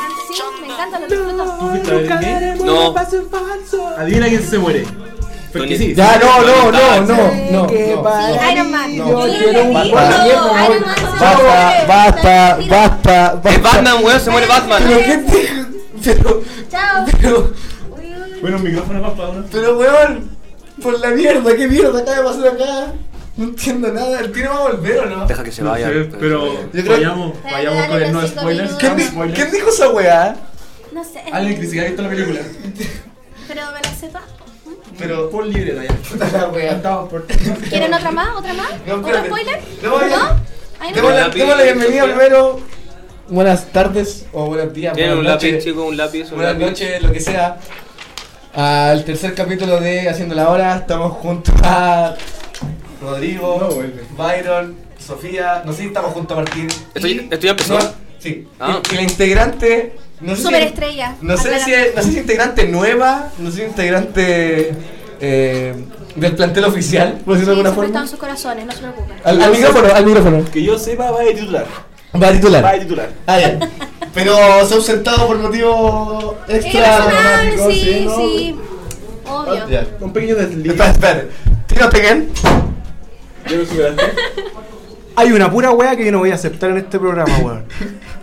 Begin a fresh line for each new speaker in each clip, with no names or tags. Ah, encanta, lo disfruto.
Nunca daremos
No.
un paso en falso.
Adivina quién se muere. Porque
Tony-
sí.
Ya, no, no, no,
Fantasma.
no, no.
Que
no.
para
Sí, Iron
mí
Man.
yo
No.
Yo
quiero un
lo he
Batman.
visto.
Tiempo,
Iron
no.
Man se
Basta,
muere.
basta,
Mira,
basta,
Es
basta.
Batman, weón, se muere
Pero
Batman.
qué te... Pero,
Chao.
pero,
Uy, uy.
Bueno, un micrófono más para uno.
pero, weón. Por la mierda, qué mierda acaba de pasar acá. No entiendo nada. ¿El tiro va a volver o no?
Deja que se
No
vaya.
sé,
deja que se
pero
vaya.
creo-
vayamos, vayamos con el no
Dale cinco
spoilers.
minutos.
¿Quién, di-
Spoilers.
quién dijo esa weá?
No sé.
Alguien que se haya visto la película.
Pero me la sepa.
Pero,
Por libre, Dayan.
puta la weá.
Estamos por.
¿Quieren otra más? ¿Otra más?
No,
¿Otro
espérate.
spoiler?
No, ya.
Ay, no.
Démosle démosle la bienvenida primero. Buenas tardes o buenos días.
Tienen
buenas
un
noches.
lápiz, chicos, un lápiz, un
Buenas
lápiz.
noches, lo que sea. Al tercer capítulo de Haciendo la Hora, estamos junto a Rodrigo,
No vuelve.
Byron, Sofía, no sé si estamos junto a Martín.
Estoy-
Y-
estoy empezando.
no, sí.
Ah.
Y, y la integrante. No sé si-
Superestrella.
no sé, si es, no sé si integrante nueva, no sé si integrante eh, del plantel oficial, por decirlo de
Siempre
alguna
están
forma.
en sus corazones, no se preocupen.
Al, al micrófono, al micrófono.
Que yo sepa, va de titular.
Va a titular.
Va de titular.
Ah, ya. Pero se ha ausentado por motivo
Es
extra.
razonable,
dramático,
sí,
¿no?
sí. Obvio.
Ya.
Un pequeño desliz.
Espera, espera. Tino Tekken.
Yo no superante.
Hay una pura wea que yo no voy a aceptar en este programa, weón.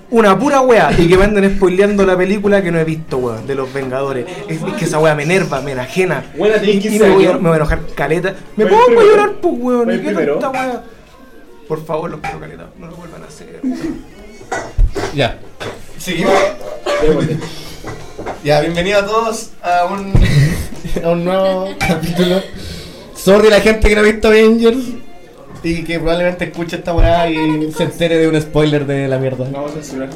Una pura wea y que me anden spoileando la película que no he visto, weón, de los Vengadores. Es, es que esa wea me enerva, me enajena.
Buena, tenés
Y
15
me voy, a,
años.
me voy a enojar caleta. Me
Voy
pongo a
primero.
llorar, pues, weón.
Voy
¿y qué
primero.
tanta wea? Por favor, los quiero caleta, no lo vuelvan a hacer.
Ya. Seguimos. Ya, bienvenidos a todos a un, a un nuevo capítulo. Sorry la gente que no ha visto Avengers y que probablemente escuche esta weá y se entere de un spoiler de la mierda.
Vamos a censurar.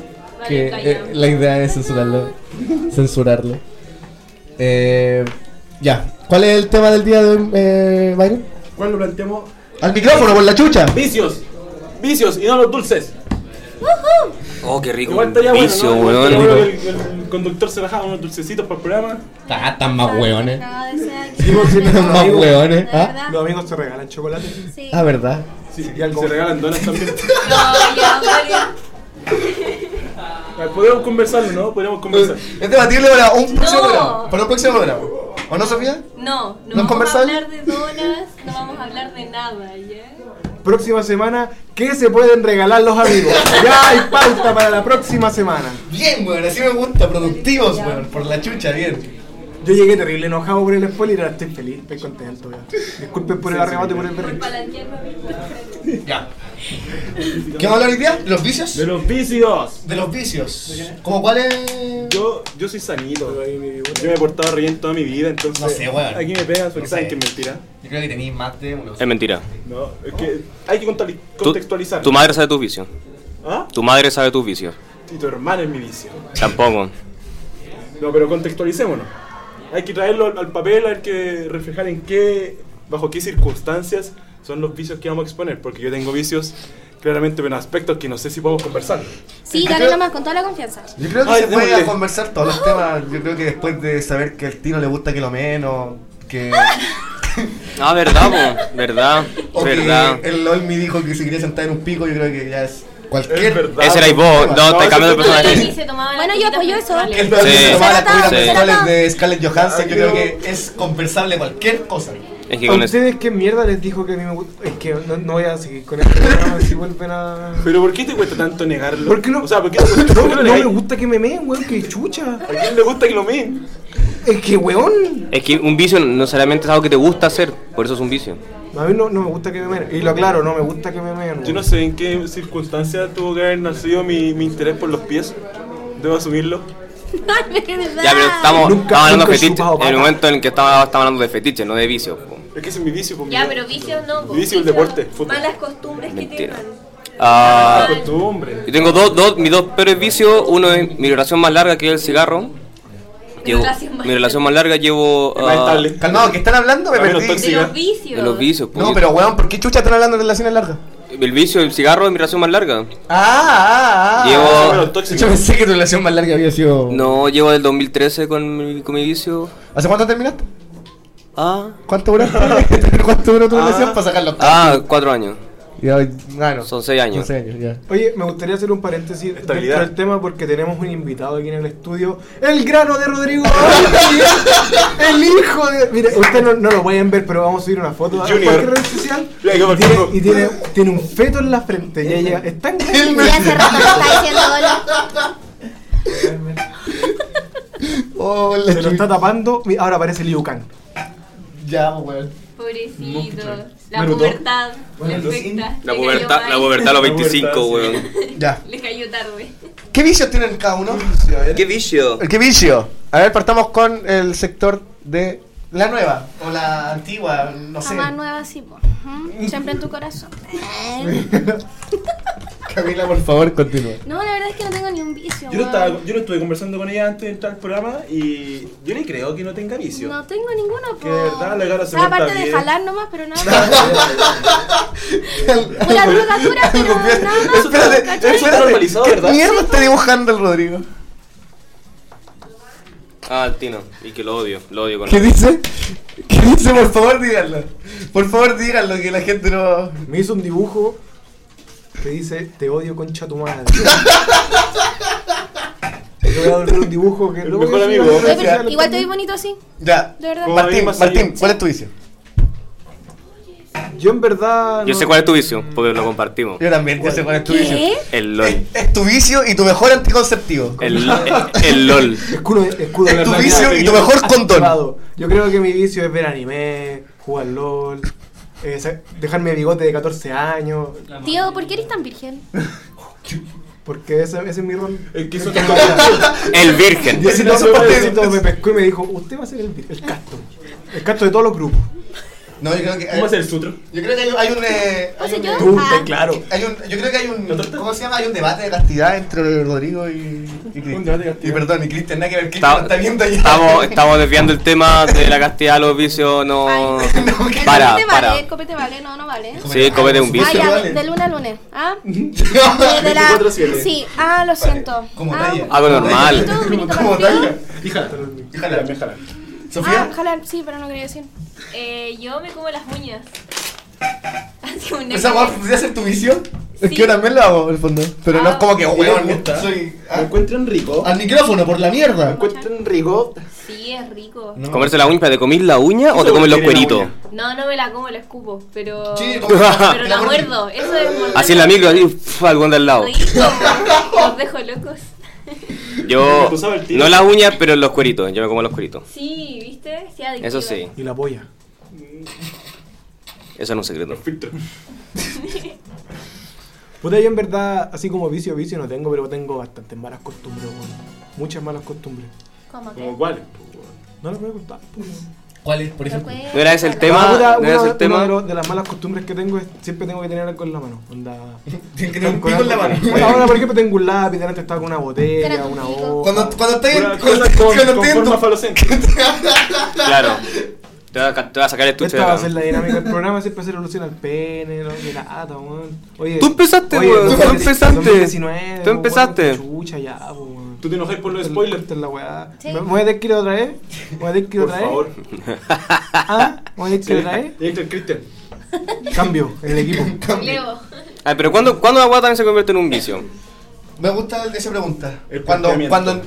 que eh, la idea es censurarlo. censurarlo. Eh, ya. ¿Cuál es el tema del día de hoy, eh, Byron?
¿Cuál lo planteamos?
Al micrófono, por la chucha.
Vicios. Vicios y no los dulces.
Oh, qué rico.
Igual
Un
estaría
vicio,
bueno. ¿no? Estaría
weón.
bueno que el, el conductor se bajaba unos dulcecitos para el programa.
Ah, tan más hueones.
Acaba de ser aquí.
Digo, sí, pero
más
digo-
hueones.
La
Ah,
verdad,
Los amigos se regalan chocolate.
sí.
ah, verdad.
Sí, y se regalan donas también.
No, ya, Mario.
Ah, Podríamos conversarlo, ¿no? Podríamos conversar.
Pues, Es debatible para un próximo
No.
programa. Para un próximo programa. ¿O no, Sofía?
No,
¿No
no vamos a
conversable?
hablar de donas, no vamos a hablar de nada, eh? ¿ya?
Próxima semana, ¿qué se pueden regalar los amigos? Ya hay pauta para la próxima semana.
Bien, weón. Así me gusta. Productivos, weón. Por la chucha, bien.
Yo llegué terrible enojado por el spoiler y ahora estoy feliz, estoy contento. weón. Disculpen por el arrebato y por el
Por
berrinche.
palanquearme.
Ya. ¿Qué vamos a hablar hoy día? ¿Los vicios?
De los vicios.
De los vicios. ¿Cómo cuáles?
Yo, yo soy sanito. Yo me he portado bien toda mi vida, entonces.
No sé, weón.
Aquí me pegan porque
No
saben
sé.
que es mentira.
Yo creo que tenéis más de uno.
Em,
Es mentira.
No, es que hay que contali-
Tu,
contextualizar.
tu madre sabe tus vicios.
¿Ah?
Tu madre sabe tus vicios.
Y tu hermana es mi vicio.
Tampoco.
No, pero contextualicémonos. Hay que traerlo al, al papel, hay que reflejar en qué, bajo qué circunstancias son los vicios que vamos a exponer, porque yo tengo vicios claramente en aspectos que no sé si podemos conversar.
Sí, dale nomás con toda la confianza.
Yo creo que
Ay,
se puede
démosle.
conversar todos los temas. Yo creo que después de saber que al tino le gusta que lo menos, que.
Ah, verdad, po. Verdad.
o que
Verdad.
el Olmi dijo que se quería sentar en un pico, yo creo que ya es cualquier.
Es verdad.
Ese erais vos. No, te
No,
cambió el
ese fue-
Tony
personaje.
se tomaba
Bueno,
las
yo
copitas
apoyo eso.
Que el
menstruales.
Olmi
Sí.
se tomaba las
Se notaba,
comidas
se
mensuales
notaba.
de Scarlett Johansson, yo
Ah,
creo
yo-
que es conversable cualquier cosa.
Es que
¿A
con eso.
ustedes qué mierda les dijo que a mí me gusta? Es que no, no voy a seguir con este programa si vuelven a...
Pero ¿por qué te cuesta tanto negarlo?
¿Por qué no?
O sea, ¿por qué te
No,
cuesta por qué
no
lo
me
negáis?
gusta que me meen, weón, que chucha.
¿A quién le gusta que lo meen?
Es que, weón,
Es que un vicio no solamente es algo que te gusta hacer. Por eso es un vicio.
a mí no, no me gusta que me meen. Y lo aclaro, no me gusta que me meen.
Yo no
weón.
sé en qué circunstancia tuvo que haber nacido mi, mi interés por los pies. Debo asumirlo.
Ay, verdad.
Ya, pero estamos,
Nunca-
estamos
nunca
hablando de
he
fetiches.
chupado
En el
pata.
momento en el que estaba- estamos hablando de fetiches, no de vicios. po.
Es que ese es mi vicio. pues,
Ya,
mi-
pero vicios no. po.
Vicio el
Vicios,
deporte, fútbol.
Malas costumbres que
Mentira.
tengan.
Ah,
Ah, costumbre.
yo tengo dos, dos, mis dos peores vicios. Uno es mi relación más larga, que es el cigarro. Llevo-
relación más
mi relación más larga llevo.
Es más
ah,
estable.
Calmado, que están hablando, me
A ver, los
perdí.
De
Siga.
los vicios.
de los vicios. po.
No, pero weón, ¿por qué chucha están hablando de relaciones largas?
El vicio del cigarro es mi relación más larga.
Ah, ah, ah.
Llevo-
Ah, pero tóxico.
Yo pensé que tu relación más larga había sido.
No, llevo del 2013 con mi, con mi vicio.
¿Hace cuánto terminaste?
Ah,
¿Cuánto duró? ¿Cuánto duró tu
Ah.
relación para sacar los
ah, cuatro años.
Y Ya, bueno,
Son seis años.
11 años, ya.
Oye, me gustaría hacer un paréntesis dentro
Estabilidad.
del tema porque tenemos un invitado aquí en el estudio. El grano de Rodrigo Valle, El hijo de. Mire, ustedes no, no lo pueden ver, pero vamos a subir una foto a
Junior.
cualquier red social.
Ya, que
Y tiene,
por
y tiene, tiene un feto en la frente. Y ella es tan grande.
Y hace rato me está diciendo hola.
Hola,
Se lo está tapando. Mi- Ahora aparece Liu Kang.
Ya, weón.
Pobrecito. La
Naruto.
pubertad.
Bueno,
le afecta.
La
Le cayó
pubertad,
mal.
la pubertad
La
a los
pubertad,
25,
sí.
weón.
Ya.
Le cayó tarde.
¿Qué vicios tienen cada uno?
¿Qué vicio?
¿Qué vicio? A ver, partamos con el sector de la nueva o la antigua, no sé.
Mamá nueva, sí, po. Ujú. Siempre en tu corazón.
Camila, por favor, continúa.
No, la verdad es que no tengo ni un vicio.
Yo lo,
weón.
estaba, yo lo estuve conversando con ella antes de entrar al programa y yo le creo que no tenga vicio.
No tengo ninguno, po.
Que de verdad la cara se
O sea,
porta
aparte de
bien.
jalar nomás, pero nada más. Una droga dura, pero nada más.
Espérate,
¿cachai?
espérate.
Está normalizado,
¿Qué
¿verdad?
mierda está dibujando el Rodrigo?
Ah, el Tino. Y que lo odio, lo odio con
¿Qué dice? ¿Qué dice? Por favor, díganlo. Por favor, díganlo, que la gente no...
Me hizo un dibujo que dice: Te odio, concha tu madre. Yo voy a volver un dibujo que
El
lo voy a
mejor
subir a las
amigo.
Oye,
redes
pero
sociales
Igual te vi
también.
bonito así,
Ya.
de verdad.
Como
Martín,
más
Martín,
allá.
¿cuál es tu vicio?
Yo en verdad.
Yo
no-
sé cuál es tu vicio, porque lo compartimos.
Yo también, ya sé cuál es tu vicio.
¿Qué?
El
Es,
LOL.
es tu vicio y tu mejor anticonceptivo.
El, el LOL.
Escudo, escudo
Es tu
verdad,
vicio
ya,
y tu mejor
activado.
condón.
Yo creo que mi vicio es ver anime, jugar LOL, eh, sa- dejarme bigote de 14 años,
Tío, ¿por qué eres tan virgen?
porque ese, ese es mi rol.
El que hizo
me
todo.
pescó.
El virgen.
Ese
Ese
no se puede
no me pescó y me dijo, usted va a ser el, vi- el casto. El casto de todos los grupos.
No, yo creo que...
¿Cómo es el sutro?
Yo creo que hay, hay un... eh, hay
O sea,
un,
yo-
eh,
Tú,
Ah.
te- claro.
Hay un, yo creo que hay un.
¿La torta?
¿Cómo se llama? Hay un debate de castidad entre Rodrigo y. y Cristian.
debate de castidad.
Y perdón, y Cristian, nada que ver. Cristian
Está-
no está viendo ya.
Estamos, estamos desviando el tema de la castidad, los vicios, no...
Ay,
No, que-
Para,
¿Copete
para.
vale? ¿Copete vale? No, no vale.
Sí, comete un
Ah,
vicio.
ya,
vale.
de, de lunes a lunes. ¿Ah?
No,
De, de la...
24/7.
Sí, ah, lo siento.
Como
ah,
talla.
Algo normal.
Bonito, bonito
Como
partido.
talla.
Hija,
Déjala,
Déjala.
Ah,
Sofía.
ojalá, sí, pero no quería decir.
Eh, yo me como las uñas. Así una
¿Esa guapa podría ser tu vicio? Es
Sí.
que yo también lo hago, en el fondo. Pero
Ah,
no es como que,
me
weón,
gusta.
soy. ah,
¿Lo encuentran rico?
Al micrófono, por la mierda.
¿Encuentran rico?
Sí, es rico. No.
¿Comerse la uña? ¿Te comís la uña o te comes los cueritos?
no, me la como, la escupo, pero...
Sí, como-
pero
la
la
mordí.
muerdo. Eso es morder.
Así en la micro, así, pf, al buen del lado.
Oye, como- Los dejo locos.
Yo,
Tú sabes el tiro.
no las uñas, pero los cueritos. Yo me como los cueritos.
Sí, ¿viste? Sí, adictiva.
Eso sí,
Y la polla.
eso no es un secreto.
Filtro.
Puta, yo en verdad, así como vicio, vicio no tengo, pero tengo bastantes malas costumbres, weón. Muchas malas costumbres.
¿Cómo que?
Como cuál.
No las voy a contar. pues, weón.
¿Cuál es, por ejemplo?
Recuerda.
No era ese el tema.
Ah, puta,
no
una,
era ese
una
el tema.
de, los- de las malas costumbres que tengo es siempre tengo que tener algo en la mano. Onda,
Tienes que tener un pico en la mano.
Bueno, ahora, por ejemplo, tengo un lápiz, antes estaba con una
Era
botella,
tu
una
pico.
hoja.
Cuando, cuando estoy
Ah, Una
en.
cosa
Cuando,
con,
cuando
con
estoy en
forma
tu-
falocéntrica.
Claro. Te va, a, ca- te va a sacar el estuche de
Esta va a ser
acá.
la dinámica del programa, siempre hacer alusión al pene, ¿no? Y la ata, weón. Oye,
Tú empezaste, weón, tú empezaste.
2019,
Tú empezaste.
weón, chucha, ya, po, weón.
Tú te enojas por los spoilers.
Corten la weá.
Sí.
¿Me me voy a desquilar otra vez? ¿Me voy a desquilar
Por
otra vez?
favor.
¿Ah? ¿Me voy a desquilar otra vez?
Y entra el Cristian.
Cambio en el equipo.
Leo.
Ay, pero ¿cuándo, ¿cuándo la guata también se convierte en un vicio?
Me gusta el de esa pregunta.
El
Cuando,
planteamiento.
cuando,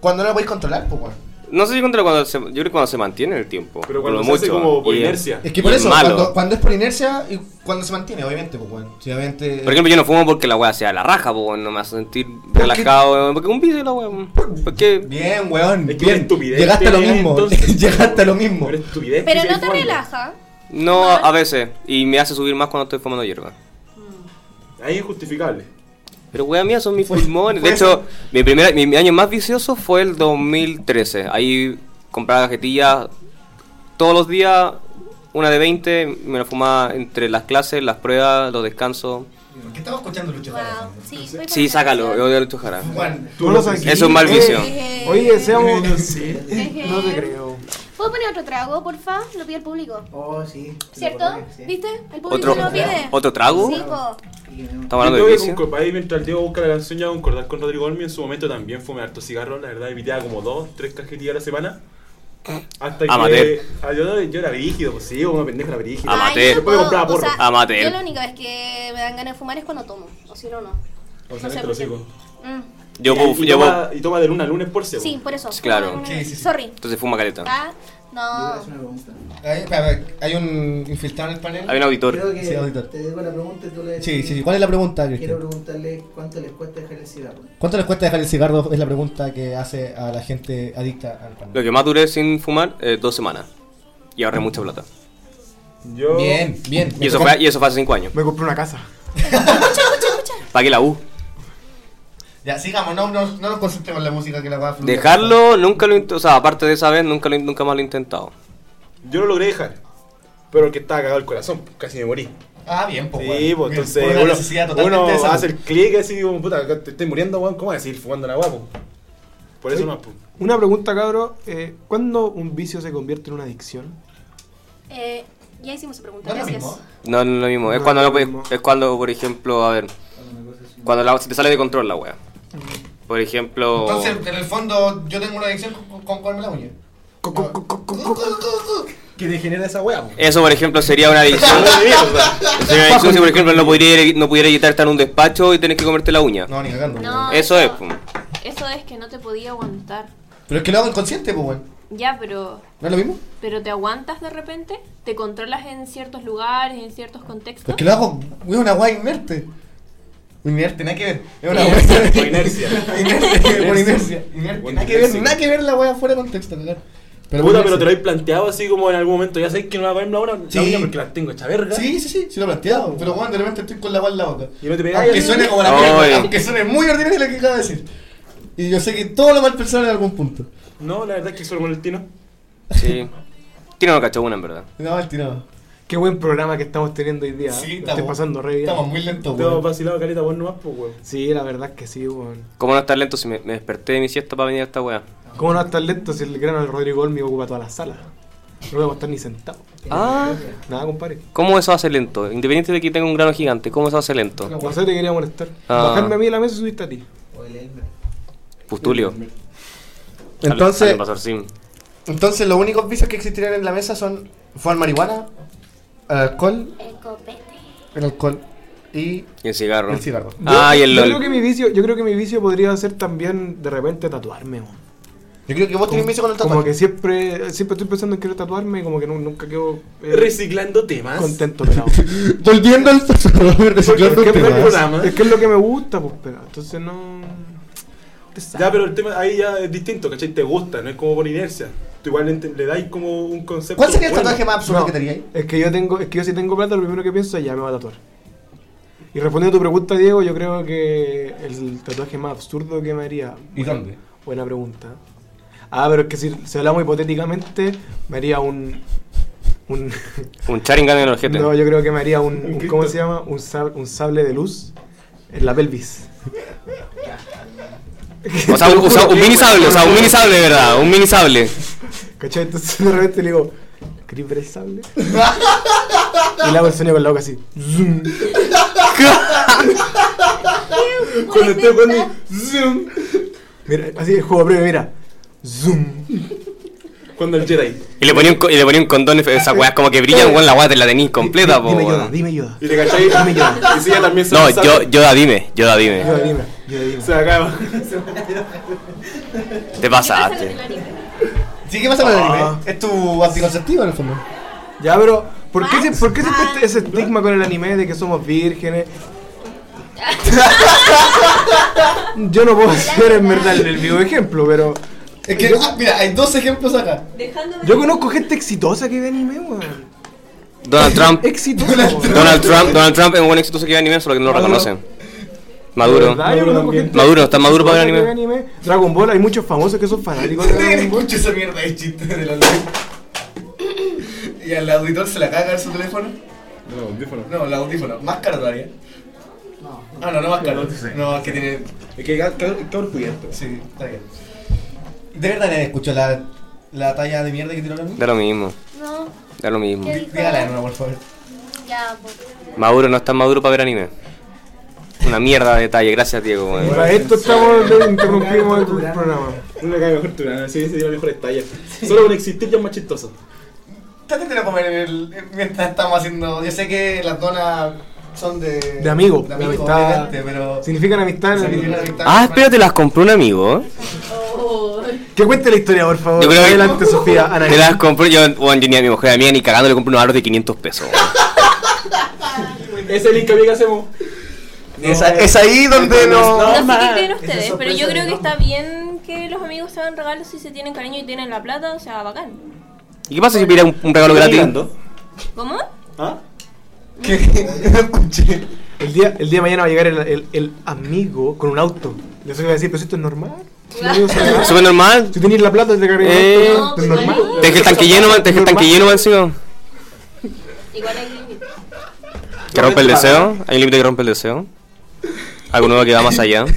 cuando no lo podéis controlar, pues, weón.
No sé si contra cuando se, yo creo que cuando se mantiene en el tiempo.
Pero cuando
por
se hace como por
y-
inercia.
Es que por
y
eso,
malo.
cuando, cuando es por inercia y cuando se mantiene, obviamente, pues bueno. Si obviamente.
Por ejemplo, yo no fumo porque la weá sea la raja, po, no me hace sentir relajado, weón, porque es un vicio la weá. weón. Porque
Bien, weón.
Es que
bien.
eres estupidez,
Llegaste a lo
tenía,
mismo.
entonces.
Llegaste a lo mismo.
Pero estupidez.
Pero
tiene
no te
fondo.
relaja.
no a veces, y me hace subir más cuando estoy fumando hierba.
Ahí es justificable.
Pero weá mía, son mis pulmones. De
fue-
hecho, mi, primer, mi, mi año más vicioso fue el 2013. Ahí compraba cajetillas todos los días, una de 20, me la fumaba entre las clases, las pruebas, los descansos.
¿Qué estamos escuchando, Lucho?
Wow. Sí, voy
Sí,
por
sácalo, yo
canción.
odio el Tujara.
Bueno,
Tú no lo sabes.
Eso es mal vicio.
Jeje.
Oye, seamos.
Sí.
No te creo.
¿Puedo poner otro trago, porfa? Lo pide el público.
Oh, sí.
¿Cierto? ¿Viste? El público
¿Otro,
lo pide.
¿Otro trago?
Sí, po.
Estamos hablando
Yo
de
creo que
vicio.
con- ahí mientras el Diego busca la canción, ya concordar con Rodrigo Olmi en su momento también fumé harto cigarro, la verdad, evitaba como dos, tres cajetillas a la semana. Hasta
Amateur.
que. Ah, yo, yo era brígido, pues sí, como pendejo era brígido.
Ah,
Ama-
Ay,
Amateur.
yo puedo-
Después compraba
o
porro.
sea,
Amateur.
Yo la única vez que me dan ganas de fumar es cuando tomo. O si no, no.
O
no
sea,
sé
te
por
lo
qué.
sigo.
Mm,
Yo,
y,
puedo-
y
yo
toma,
puedo-
y toma de luna a lunes por seguro.
Sí, por eso. Mm,
Claro.
¿Qué hiciste?
Sorry.
entonces fuma caleta.
Ah, no.
Hay, a ver, hay un infiltrado en el panel.
Hay un auditor.
Creo que
Sí, auditor.
te digo la pregunta y tú le
Sí, sí, sí. ¿Cuál es la pregunta,
Quiero
Cristian?
preguntarle cuánto les cuesta dejar el cigarro.
¿Cuánto les cuesta dejar el cigarro? Es la pregunta que hace a la gente adicta al
Lo
panel.
que más duré sin fumar, eh, dos semanas. Y ahorré mucha plata.
Yo.
Bien, bien.
Y eso, fue, y eso fue hace cinco años.
Me compré una casa.
Pagué la U.
Ya, sigamos, no, no, no nos concentremos en la música que la va a fluir.
Dejarlo, nunca lo int- O sea, aparte de esa vez, nunca, lo, nunca más lo he intentado.
Yo lo logré dejar. Pero el que estaba cagado el corazón, casi me morí.
Ah, bien, pues.
Sí, pues entonces uno, uno hace el clic así, como puta, te estoy muriendo, weón, ¿cómo vas a seguir fumando una guapo? Por eso
Oye.
no, pues.
Una pregunta, cabro. eh, ¿Cuándo un vicio se convierte en una adicción?
Eh, ya hicimos su pregunta.
No es lo
Gracias.
mismo.
No, no es lo mismo. es,
No,
cuando
no es
no
lo
puedes-
mismo.
es cuando, por ejemplo, a ver. Cuando la- se te sale de control la wea. Por ejemplo.
Entonces, en el fondo, yo tengo una adicción con, con comerme la uña.
Co- co- co- co- co- co-
Que te genera esa weá, po.
Eso, por ejemplo, sería una adicción. sería una adicción si, por ejemplo, no pudiera, no pudiera evitar estar en un despacho y tenés que comerte la uña.
No, ni cagando.
No.
weón.
Eso es, pum.
Eso es que no te podía aguantar.
Pero es que lo hago inconsciente, pues, weón.
Ya, pero.
¿No es lo mismo?
Pero te aguantas de repente, te controlas en ciertos lugares, en ciertos contextos.
Pues que lo hago, es una guay inerte. Inerte, nada que ver. Es una
Por
guay
inercia.
inerte. Por inercia. Inerte, nada que ver, nada que ver la guay fuera de contexto, claro.
Pero puta, pero te lo he planteado así como en algún momento, ya sé que no va a comerme ahora,
Sí.
la uña porque las tengo hecha verga.
Sí, sí, sí, sí lo he planteado. Pero bueno, de repente estoy con la guay en la boca.
Y no te pegáis.
Aunque
así.
suene como la
Ay.
mierda, aunque suene muy ordinario lo que acabo de decir. Y yo sé que todo lo mal pensado en algún punto.
No, la verdad es que solo con el tino.
Sí. Tiene una cachó una, en verdad.
No, el tirado.
Qué buen programa que estamos teniendo hoy día. Sí, estoy pasando re bien.
Estamos muy lentos,
Te has
weón.
vacilado caleta vos nomás, pues, weón.
Sí, la verdad es que sí, weón.
¿Cómo no estar lento si me, me desperté de mi siesta para venir a esta wea?
¿Cómo no estar lento si el grano del Rodrigo Olmi ocupa toda la sala? No voy a estar ni sentado.
Ah,
Nada, compadre.
¿cómo eso hace lento? Independiente de que tenga un grano gigante, ¿cómo eso hace lento?
No sé, te quería molestar.
Ah.
Bajarme a mí de la mesa y subiste a ti.
O el Elmer.
Pustulio.
Entonces,
Pasar sim.
entonces los únicos vicios que existirían en la mesa son fumar marihuana, el alcohol,
El copete.
el alcohol y
Y el cigarro.
el cigarro.
Ah, y el
yo creo
LOL.
que mi vicio, yo creo que mi vicio podría ser también de repente tatuarme, weón.
Yo creo que vos tenés vicio con el
Como que
tatuaje.
siempre, siempre estoy pensando en querer tatuarme y como que nu- nunca quedo eh,
Reciclando temas.
contento, pelado.
Volviendo al tatuaje, reciclando
Porque es que
temas.
me programa.
es que es lo que me gusta, pues, pero entonces no.
Ya, pero el tema ahí ya es distinto, ¿cachai? Te gusta, no es como por inercia. Tú igual le, ent- le dais como un concepto.
¿Cuál sería el
bueno.
tatuaje más absurdo
No,
que teníais?
Es que yo tengo, es que yo si tengo plata, lo primero que pienso es ya me va a tatuar. Y respondiendo a tu pregunta, Diego, yo creo que el tatuaje más absurdo que me haría. buena- Buena pregunta. Ah, pero es que si, si hablamos hipotéticamente, me haría un. un
Un charingan en el ojete.
no, yo creo que me haría un. un- ¿Cómo se llama? Un, sab- un sable de luz en la pelvis.
O sea, un, o sea, un mini sable, o sea, un mini sable, de ¿verdad? Un mini sable.
¿Cachai? Entonces de repente le digo, ¿querés ver el sable? y le hago el sonido con la boca así. Zoom.
Con el tema, con el-
Mira, así el juego previo, mira. Zoom.
Cuando el Jedi.
Y le ponía un, co- y le ponía un condón, esas weas como que brillan, weón, la wea te la tenís completa, po.
Dime Yoda,
weón.
dime Yoda.
Y te cachai. y si ella también se
No,
la sabe,
yo, Yoda dime, Yoda dime.
Yoda, dime. Yoda, dime.
Se acaba.
Te
¿Qué pasa con
pasaste.
el anime?
Sí, ¿qué pasa con el
Ah.
anime? Es tu anticonceptivo en el fondo.
Ya, pero, ¿por qué,
What?
se- ¿por qué siempre este- ese estigma con el anime de que somos vírgenes? Yo no puedo ser en verdad el vivo ejemplo, pero
Es que, ah, mira, hay dos ejemplos acá.
Dejando de-
yo conozco gente exitosa que ve anime, weón.
Donald Trump.
Exitosa. weón.
Donald Trump, Donald Trump es un buen exitoso que ve anime, solo que no lo reconocen. Maduro.
¿Verdad? Yo conozco gente
Maduro, ¿está maduro para ver
exitosa
anime?
que ve Dragon Ball, hay muchos famosos que son fanáticos de Dragon Ball.
Escucha esa mierda de chiste de la ley. Y al auditor se la caga en su teléfono.
No, audífono.
No, el audífono. Más caro todavía.
No, no.
Ah, no, no más caro. No, es que tiene.
Es que cabrón cubierto.
Sí, está bien. ¿De verdad nadie escuchó la, la talla de mierda que tiró la
Da lo mismo,
No,
da lo mismo.
¿qué dijo?
Dígala de nuevo, por favor.
Ya, pues.
Maduro no está maduro para ver anime. Una mierda de detalle, gracias Diego,
Y
weón.
para esto estamos interrumpimos el programa.
No me cae mejor tú, no, sí, sí, la mejor talla. Solo con existir ya es más chistoso.
Trátete de comer el- mientras estamos haciendo. Yo sé que las donas son de.
De amigo, de amistad.
obviamente, pero.
Significan amistad. en el-
significan amistad.
Ah, espérate, las compró un amigo.
Oh.
Que cuente la historia, por favor.
Yo creo que-
Adelante, Sofía.
Te
analiza.
las compró yo, bueno, yo ni a mi mujer, a mí ni cagando le compré unos aros de 500 pesos.
Ese link que hacemos.
Es, es ahí donde no.
No sé qué creen ustedes,
Esa
pero yo
sorpresa
creo
de
que
Roma.
está bien que los amigos se hagan regalos si se tienen cariño y tienen la plata, o sea, bacán.
¿Y qué pasa si pidiera un, un regalo gratis?
¿Cómo?
¿Ah?
¿Qué? No escuché.
El día, el día de mañana va a llegar el, el- el amigo con un auto. Le voy a decir, pero si esto es normal. Si, no digo, ¿sabes?
Súper normal.
Si tenés la plata, te cargas
Eh.
el auto. ¿no? ¿Es
No,
normal?
pues,
Te dejé el tanque lleno, te dejé el tanque lleno más encima.
Igual hay límites.
Que rompe el deseo. Hay un límite que rompe el deseo. Alguno que va más allá.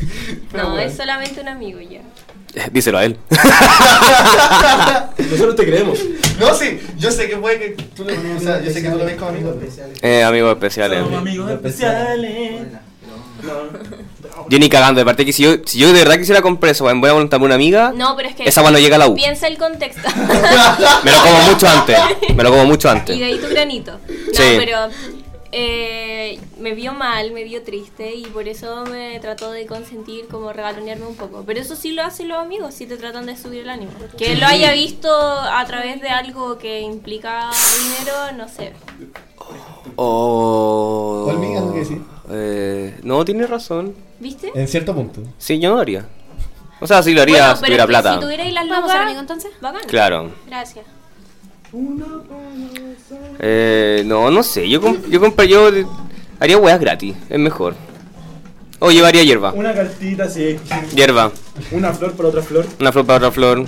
No, es solamente un amigo ya.
Díselo a él.
Nosotros te creemos.
No, sí, yo sé que puede que tú lo, o sea, yo sé que tú lo ves como amigo.
Eh, amigos especiales.
Somos amigos especiales.
Yo ni cagando. De parte que si yo, si yo de verdad quisiera comprar eso en buena voluntad para una amiga,
No, pero es que.
esa cuando llega a la U.
Piensa el contexto.
Me lo como mucho antes. Me lo como mucho
y de
antes.
ahí tu granito. No,
Sí.
pero. eh, me vio mal, me vio triste y por eso me trató de consentir, como regalonearme un poco. Pero eso sí lo hacen los amigos, si te tratan de subir el ánimo. Que lo haya visto a través de algo que implica dinero, no sé.
Oh.
¿Cuál amiga es lo que decís?
Eh, no, tiene razón.
¿Viste?
En cierto punto.
Sí, yo no lo haría. O sea, sí lo haría
Bueno,
si tuviera
pero es que
plata.
Si tuvierais las
¿Vamos a
lucas,
ser amigos entonces?
Bacán.
Claro.
Gracias.
Eh, no, no sé. Yo, comp- yo, compra- yo de- haría weas gratis. Es mejor. O llevaría hierba.
Una cartita, sí.
Hierba.
Una flor por otra flor.
Una flor para otra flor.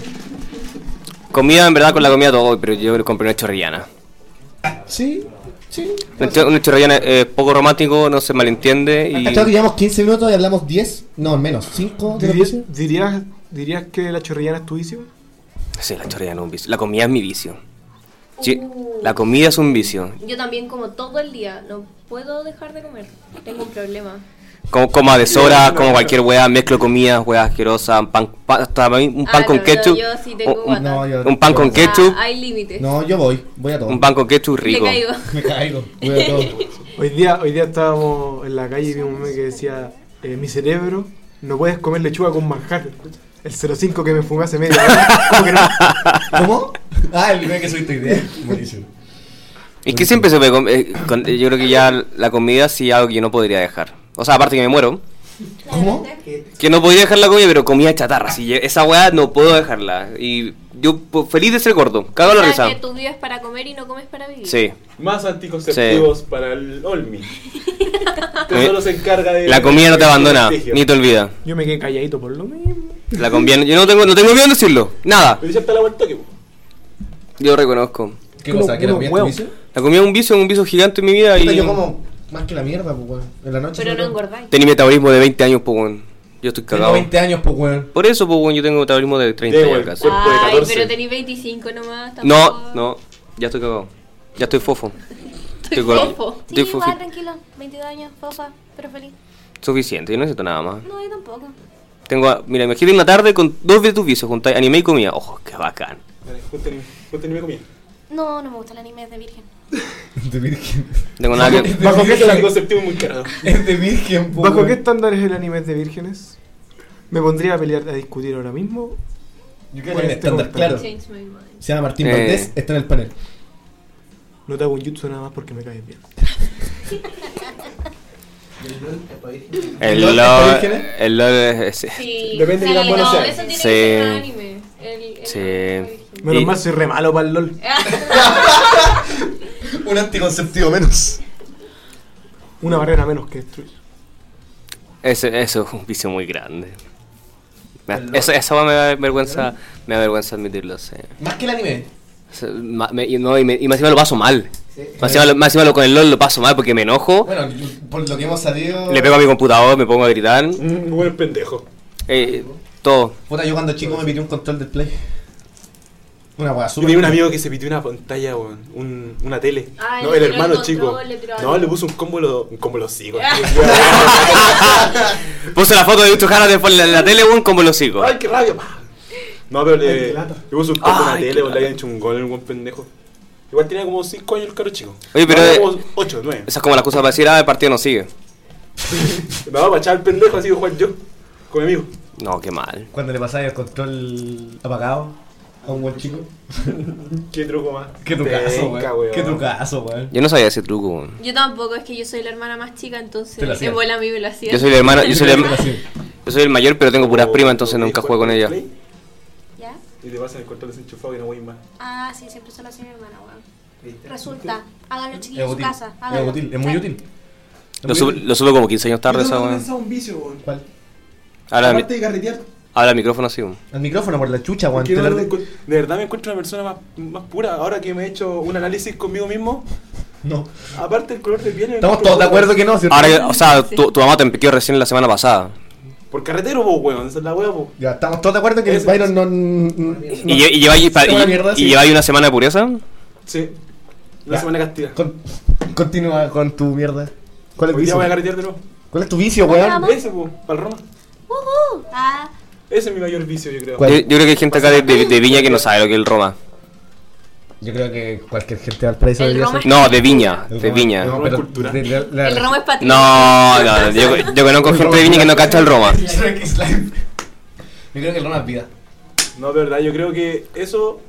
Comida, en verdad, con la comida todo. Pero yo le compré una chorrillana.
Sí, sí.
Una cho- una chorrillana es poco romántico, no se malentiende. Y...
Hasta que llevamos 15 minutos y hablamos 10, no, menos, 5 de lo que
¿Dirías,
sea.
dirías, dirías que la chorrillana es tu vicio?
Sí, la chorrillana es un vicio. La comida es mi vicio. Sí, la comida es un vicio.
Yo también como todo el día, no puedo dejar de comer. Tengo un problema.
Como, como a deshora, como cualquier wea, mezclo comidas, weas asquerosas, un pan, pa- hasta para mí un pan
Ah,
con
no, no,
ketchup.
yo sí tengo
un,
guata.
No, yo-
un pan con
yo-
ketchup,
Ah, hay límites.
No, yo voy, voy a todo.
un pan con ketchup
Le
rico.
caigo.
Me caigo, voy a todo.
Hoy día, hoy día estábamos en la calle y vimos un meme que decía, eh, mi cerebro, no puedes comer lechuga con manjar. El 05 que me fumé hace media hora. ¿Cómo que no?
¿Cómo? Ah, el meme que subiste hoy día. Buenísimo.
Es que siempre se me com- eh, con- eh, yo creo que ya la comida sí algo que yo no podría dejar. O sea, aparte que me muero,
¿Cómo?
que no podría dejar la comida, pero comida chatarra, si lle- esa wea no puedo dejarla. Y yo po- feliz de ser gordo, cago en la
O
risa.
sea, que tú vives para comer y no comes para vivir.
Sí.
Más anticonceptivos para el Olmi. Que solo se encarga de.
Eh, La comida no te
de-
abandona,
prestigio.
ni te olvida.
Yo me quedé calladito por lo mismo.
La comida, yo no tengo no tengo miedo en decirlo, nada.
Pero ya está la vuelta que.
Yo reconozco.
¿Qué
Como-
cosa? ¿Que la
como
comida
huevo.
te
La comida es un vicio, un vicio gigante en mi vida y...
Yo como más que la mierda, pues, weón. En la noche.
Pero
sobre
no
todo.
engordáis.
Tenía metabolismo de 20 años, pues, weón. Yo estoy
Tengo
cagado.
20 años, pues, weón.
Por eso, pues, weón, yo tengo metabolismo de 30
Diego,
años
el
casi.
cuerpo de
Ay,
14.
pero tenéis 25 nomás.
No, no, ya estoy cagado. Ya estoy fofo.
Estoy
col-
fofo.
Sí,
Estoy
igual,
fofi-
tranquilo. 22 años, fofa, pero feliz.
Suficiente, yo no necesito nada más.
No, yo tampoco.
Tengo, a- mira, imagínate una tarde con dos de tus vicios, juntar anime y comida. Ojo, qué bacán.
Vale, Junten junten y me comida.
No, no me gusta el anime, es de virgen.
De virgen.
Tengo nada que...
Bajo qué
El anticonceptivo es muy caro.
Es de virgen, pues.
¿Bajo
weón.
qué estándares el anime es de vírgenes? Me pondría a pelear, a discutir ahora mismo.
Yo creo
Por
que el
este
estándar,
comentario.
claro.
Change my mind.
Se llama Martín
Eh.
Valdés, está en el panel.
No te hago un jutsu nada más porque me caes bien.
El
¿Lol es
LOL...
orígenes?
El LOL es... es-
Sí.
Depende de
sí,
qué tan bueno
no,
sea.
eso
Sí.
tiene que ser un anime. El- el-
Sí.
la virgen.
Menos
Y-
mal soy re malo para el LOL.
Un anticonceptivo menos.
Una barrera menos que destruir.
Ese, eso es un vicio muy grande. Me- Eso, eso me da vergüenza, me da vergüenza admitirlo, sí.
Más que el anime.
O sea, ma- me- y no, y, me- y más encima lo paso mal. Más encima, lo, más encima lo- con el LOL lo paso mal porque me enojo,
Bueno, yo- por lo que hemos salido.
le pego a mi computador, me pongo a gritar.
Un buen pendejo.
eh, todo.
Puta, yo cuando chico me pidió un control del play. Una weá
Yo
súper.
tenía un amigo que se pitió una pantalla, weón. Un, una tele.
Ah,
no,
le
el
tiró el
hermano
control,
chico.
le tiró
no,
algo.
le puso un combo lo, un combo los hijos.
Puse la foto de Lucho Jara después en la, en la tele, un como lo sigo.
Ay, qué rabia. pa. No, pero
Ay,
le,
qué
le
lata.
puso un poco en la
Ay, qué
tele, weón, le
lata.
habían hecho un gol, el buen pendejo. Igual tenía como 5 años el caro chico.
Oye, pero, eh,
8, 9.
Esa es como la cosa para decir, ah, el partido no sigue.
Me va a echar el pendejo, así que jugar yo. Con mi amigo.
No, qué mal.
Cuando le pasáis el control apagado a un buen chico.
Qué truco más.
Qué trucazo,
Penca,
weón. Qué
weón.
trucazo, weón.
Yo no sabía ese truco. weón.
Yo tampoco, es que yo soy la hermana más chica, entonces
Te lo hacía.
en bola a mí me lo hacía.
Yo soy el hermano, yo soy el,
Pero así.
yo soy el mayor, pero tengo
Oh,
puras
O-
primas, entonces
o
nunca
Play,
juego con
Play,
ellas.
Play,
¿Ya?
Y te pasan el control desenchufado y no voy más.
Ah, sí, siempre solo hace mi hermana, weón.
Viste.
Resulta, háganlo
Es
chiquillos en su
útil.
casa. Ah,
Es
háganlo.
útil, es muy
Sí.
útil. Es
Lo
muy
sube,
útil.
lo sube como 15 años tarde
Yo
esa
tengo que
weón.
pensar un vicio, weón.
¿Cuál?
Habla, mi-
Aparte de carretear.
habla el micrófono así. weón.
Al micrófono por la chucha, weón.
Que
Te
no
la-
me encu- de verdad me encuentro una persona más, más pura ahora que me he hecho un análisis conmigo mismo.
No.
Aparte el color de piel. me
Estamos
encuentro
todos de
como-
acuerdo que no, ¿cierto?
Ahora, que- o sea, tu, tu mamá te metió recién la semana pasada.
Por carretero, po, weón. Esa es la weá, po.
Ya, estamos todos de acuerdo que el
Eso.
Byron no.
¿Y, lle- y lleváis pa-
Es una
y-
mierda,
y
sí.
lleváis una semana de pureza?
Sí. La
Ya.
semana castiga.
Con- Continúa con tu mierda. ¿Cuál es tu
Hoy día
vicio?
voy a carretear de nuevo.
¿Cuál es tu vicio,
Hola,
weón?
¿Vamos?
Ese, po. Para Roma.
Ujú. Ah,
Ese es mi mayor vicio, yo creo.
¿Cuál?
Yo, yo creo que hay gente acá de, de- de Viña que no sabe lo que es el Roma.
Yo creo que cualquier gente al paraíso
El
debería
Roma
ser.
No, de Viña, de Viña.
No,
No,
pero
Cultura.
de- de- la-
El romo es patrimonio.
no, no, yo, yo conozco gente de Viña que no cacha el Roma.
Yo creo que es la- Yo creo que el Roma es vida.
No, de verdad, yo creo que eso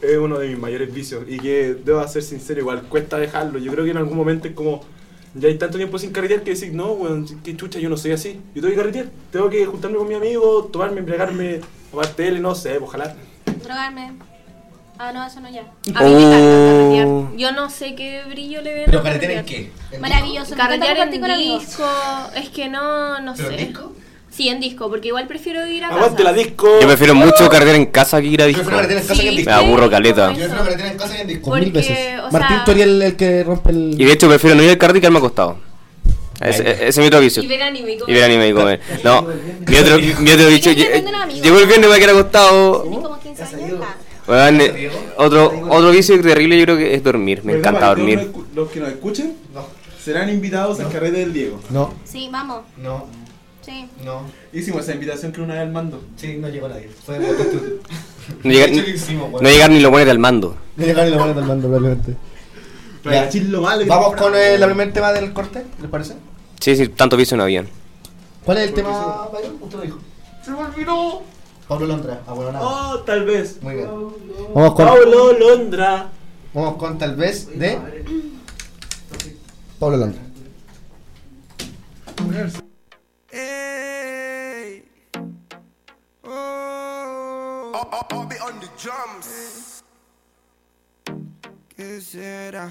es uno de mis mayores vicios y que debo ser sincero, igual cuesta dejarlo. Yo creo que en algún momento es como, ya hay tanto tiempo sin carretear que decís, no, weón, qué chucha, yo no soy así. Yo tengo que carretear, tengo que juntarme con mi amigo, tomarme, embriagarme, tomar tele, no sé, pues, ojalá.
drogarme. Ah, no, eso no ya. A mí me encanta
Oh.
carretear.
Yo no sé qué brillo le veo.
¿Pero carretera en qué?
Maravilloso. me
Carretear
encanta compartir
en
con amigos.
disco. Es que no, no sé. Sí, en disco, porque igual prefiero ir a casa.
Aguante la disco.
Yo prefiero mucho cargar en casa que ir a
Yo
disco.
prefiero carretera en casa que en
Sí,
Me
disco.
aburro
como
caleta.
Yo
eso.
prefiero carretera en casa que en disco.
Porque,
Mil veces.
o sea-
Martín Tori el, el que rompe el.
Y de hecho prefiero no ir al carro y quedarme acostado. Ese, ese es mi otro vicio.
Y ver anime. como-
Y ver anime y comer. No, mi otro, mi otro vicio.
Yo tengo un amigo.
Llegó el viernes, me voy a quedar acostado.
Tenía como 15 años. Ah.
Weón, eh, otro, otro vicio terrible yo creo que es dormir. Me
¿Verdad?
encanta
Para que
dormir.
todos los- Los que nos escuchen serán invitados al carrete del Diego.
No,
Sí, vamos.
no,
Sí.
no.
Hicimos esa invitación que una vez al mando.
Sí, no llegó nadie. Fue de bote tú.
No llegar,
De hecho, ¿qué hicimos, weón?
no llegar ni lo pones al mando.
No llegaron y lo van a mando probablemente.
Para
Ya.
decir lo malo que
Vamos
compramos.
con el, el primer tema del corte, ¿les parece?
Sí, sí, tanto vicio no habían.
¿Cuál es el tema, Byron? Usted lo dijo.
¡Se me olvidó!
Pablo Londra. Ah, bueno, nada.
Oh, tal vez.
Muy bien. Vamos con,
Pablo Londra.
vamos con tal vez de Pablo Londra.
I'll, I'll be on the drums. ¿Qué será?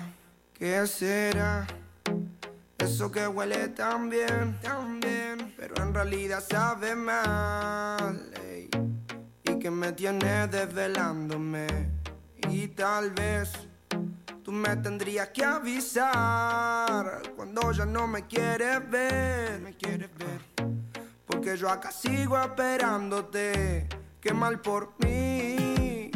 ¿Qué será? Eso que huele tan bien, tan bien, pero en realidad sabe mal. ey. Y que me tiene desvelándome. Y tal vez tú me tendrías que avisar cuando ya no me quieres ver. Me quieres ver. Porque yo acá sigo esperándote. Qué mal por mí.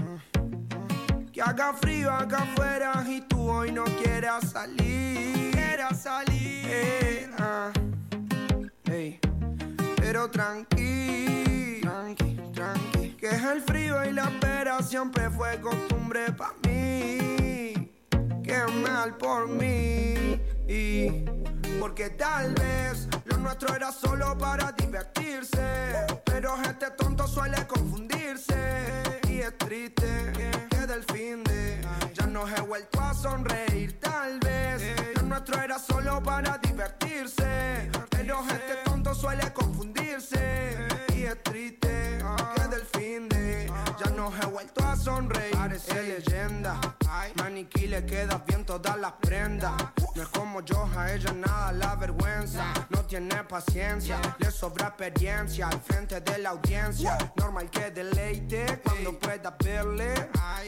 Que haga frío acá afuera y tú hoy no quieras salir. Quieras salir. Eh, ah, ey. Pero tranqui, tranqui, tranqui. Que es el frío y la espera siempre fue costumbre para mí. Qué mal por mí. Y porque tal vez lo nuestro era solo para divertirse. Pero este tonto suele confundirse. Y es triste que del fin de ya nos he vuelto a sonreír. Tal vez lo nuestro era solo para divertirse. Pero este tonto suele confundirse. Y es triste que del fin de ya nos he vuelto a sonreír. Parece leyenda. Maniquí le queda bien todas las prendas. No es como yo, a ella nada la vergüenza. No tiene paciencia, le sobra experiencia al frente de la audiencia. Normal que deleite cuando pueda verle.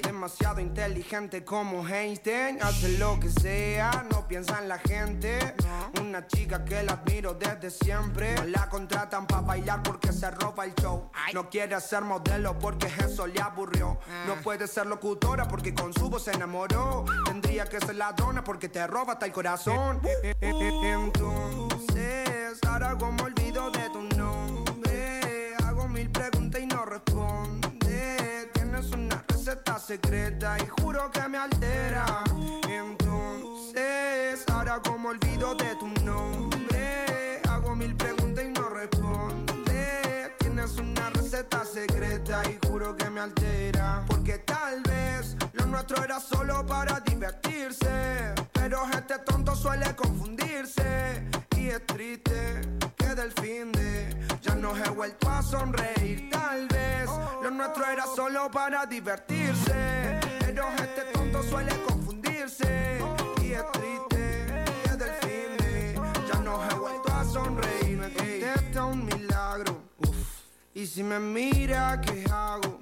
Demasiado inteligente como Einstein. Hace lo que sea, no piensa en la gente. Una chica que la admiro desde siempre. No La contratan para bailar porque se roba el show. No quiere ser modelo porque eso le aburrió. No puede ser locutora porque con su voz se enamoró. Tendría que ser ladrona porque te roba hasta el corazón. Entonces, ahora como olvido de tu nombre, hago mil preguntas y no responde. secreta y juro que me altera. Entonces, ahora como olvido de tu nombre, hago mil preguntas y no responde. Tienes una receta secreta y juro que me altera. Porque tal vez lo nuestro era solo para divertirse. Pero este tonto suele confundirse. Y es triste que del fin de ya no he vuelto a sonreír. Tal vez lo nuestro era solo para divertirse. Pero este tonto suele confundirse. Y es triste que del fin de ya no he vuelto a sonreír. Me contesta un milagro. Uf. Y si me mira, ¿qué hago?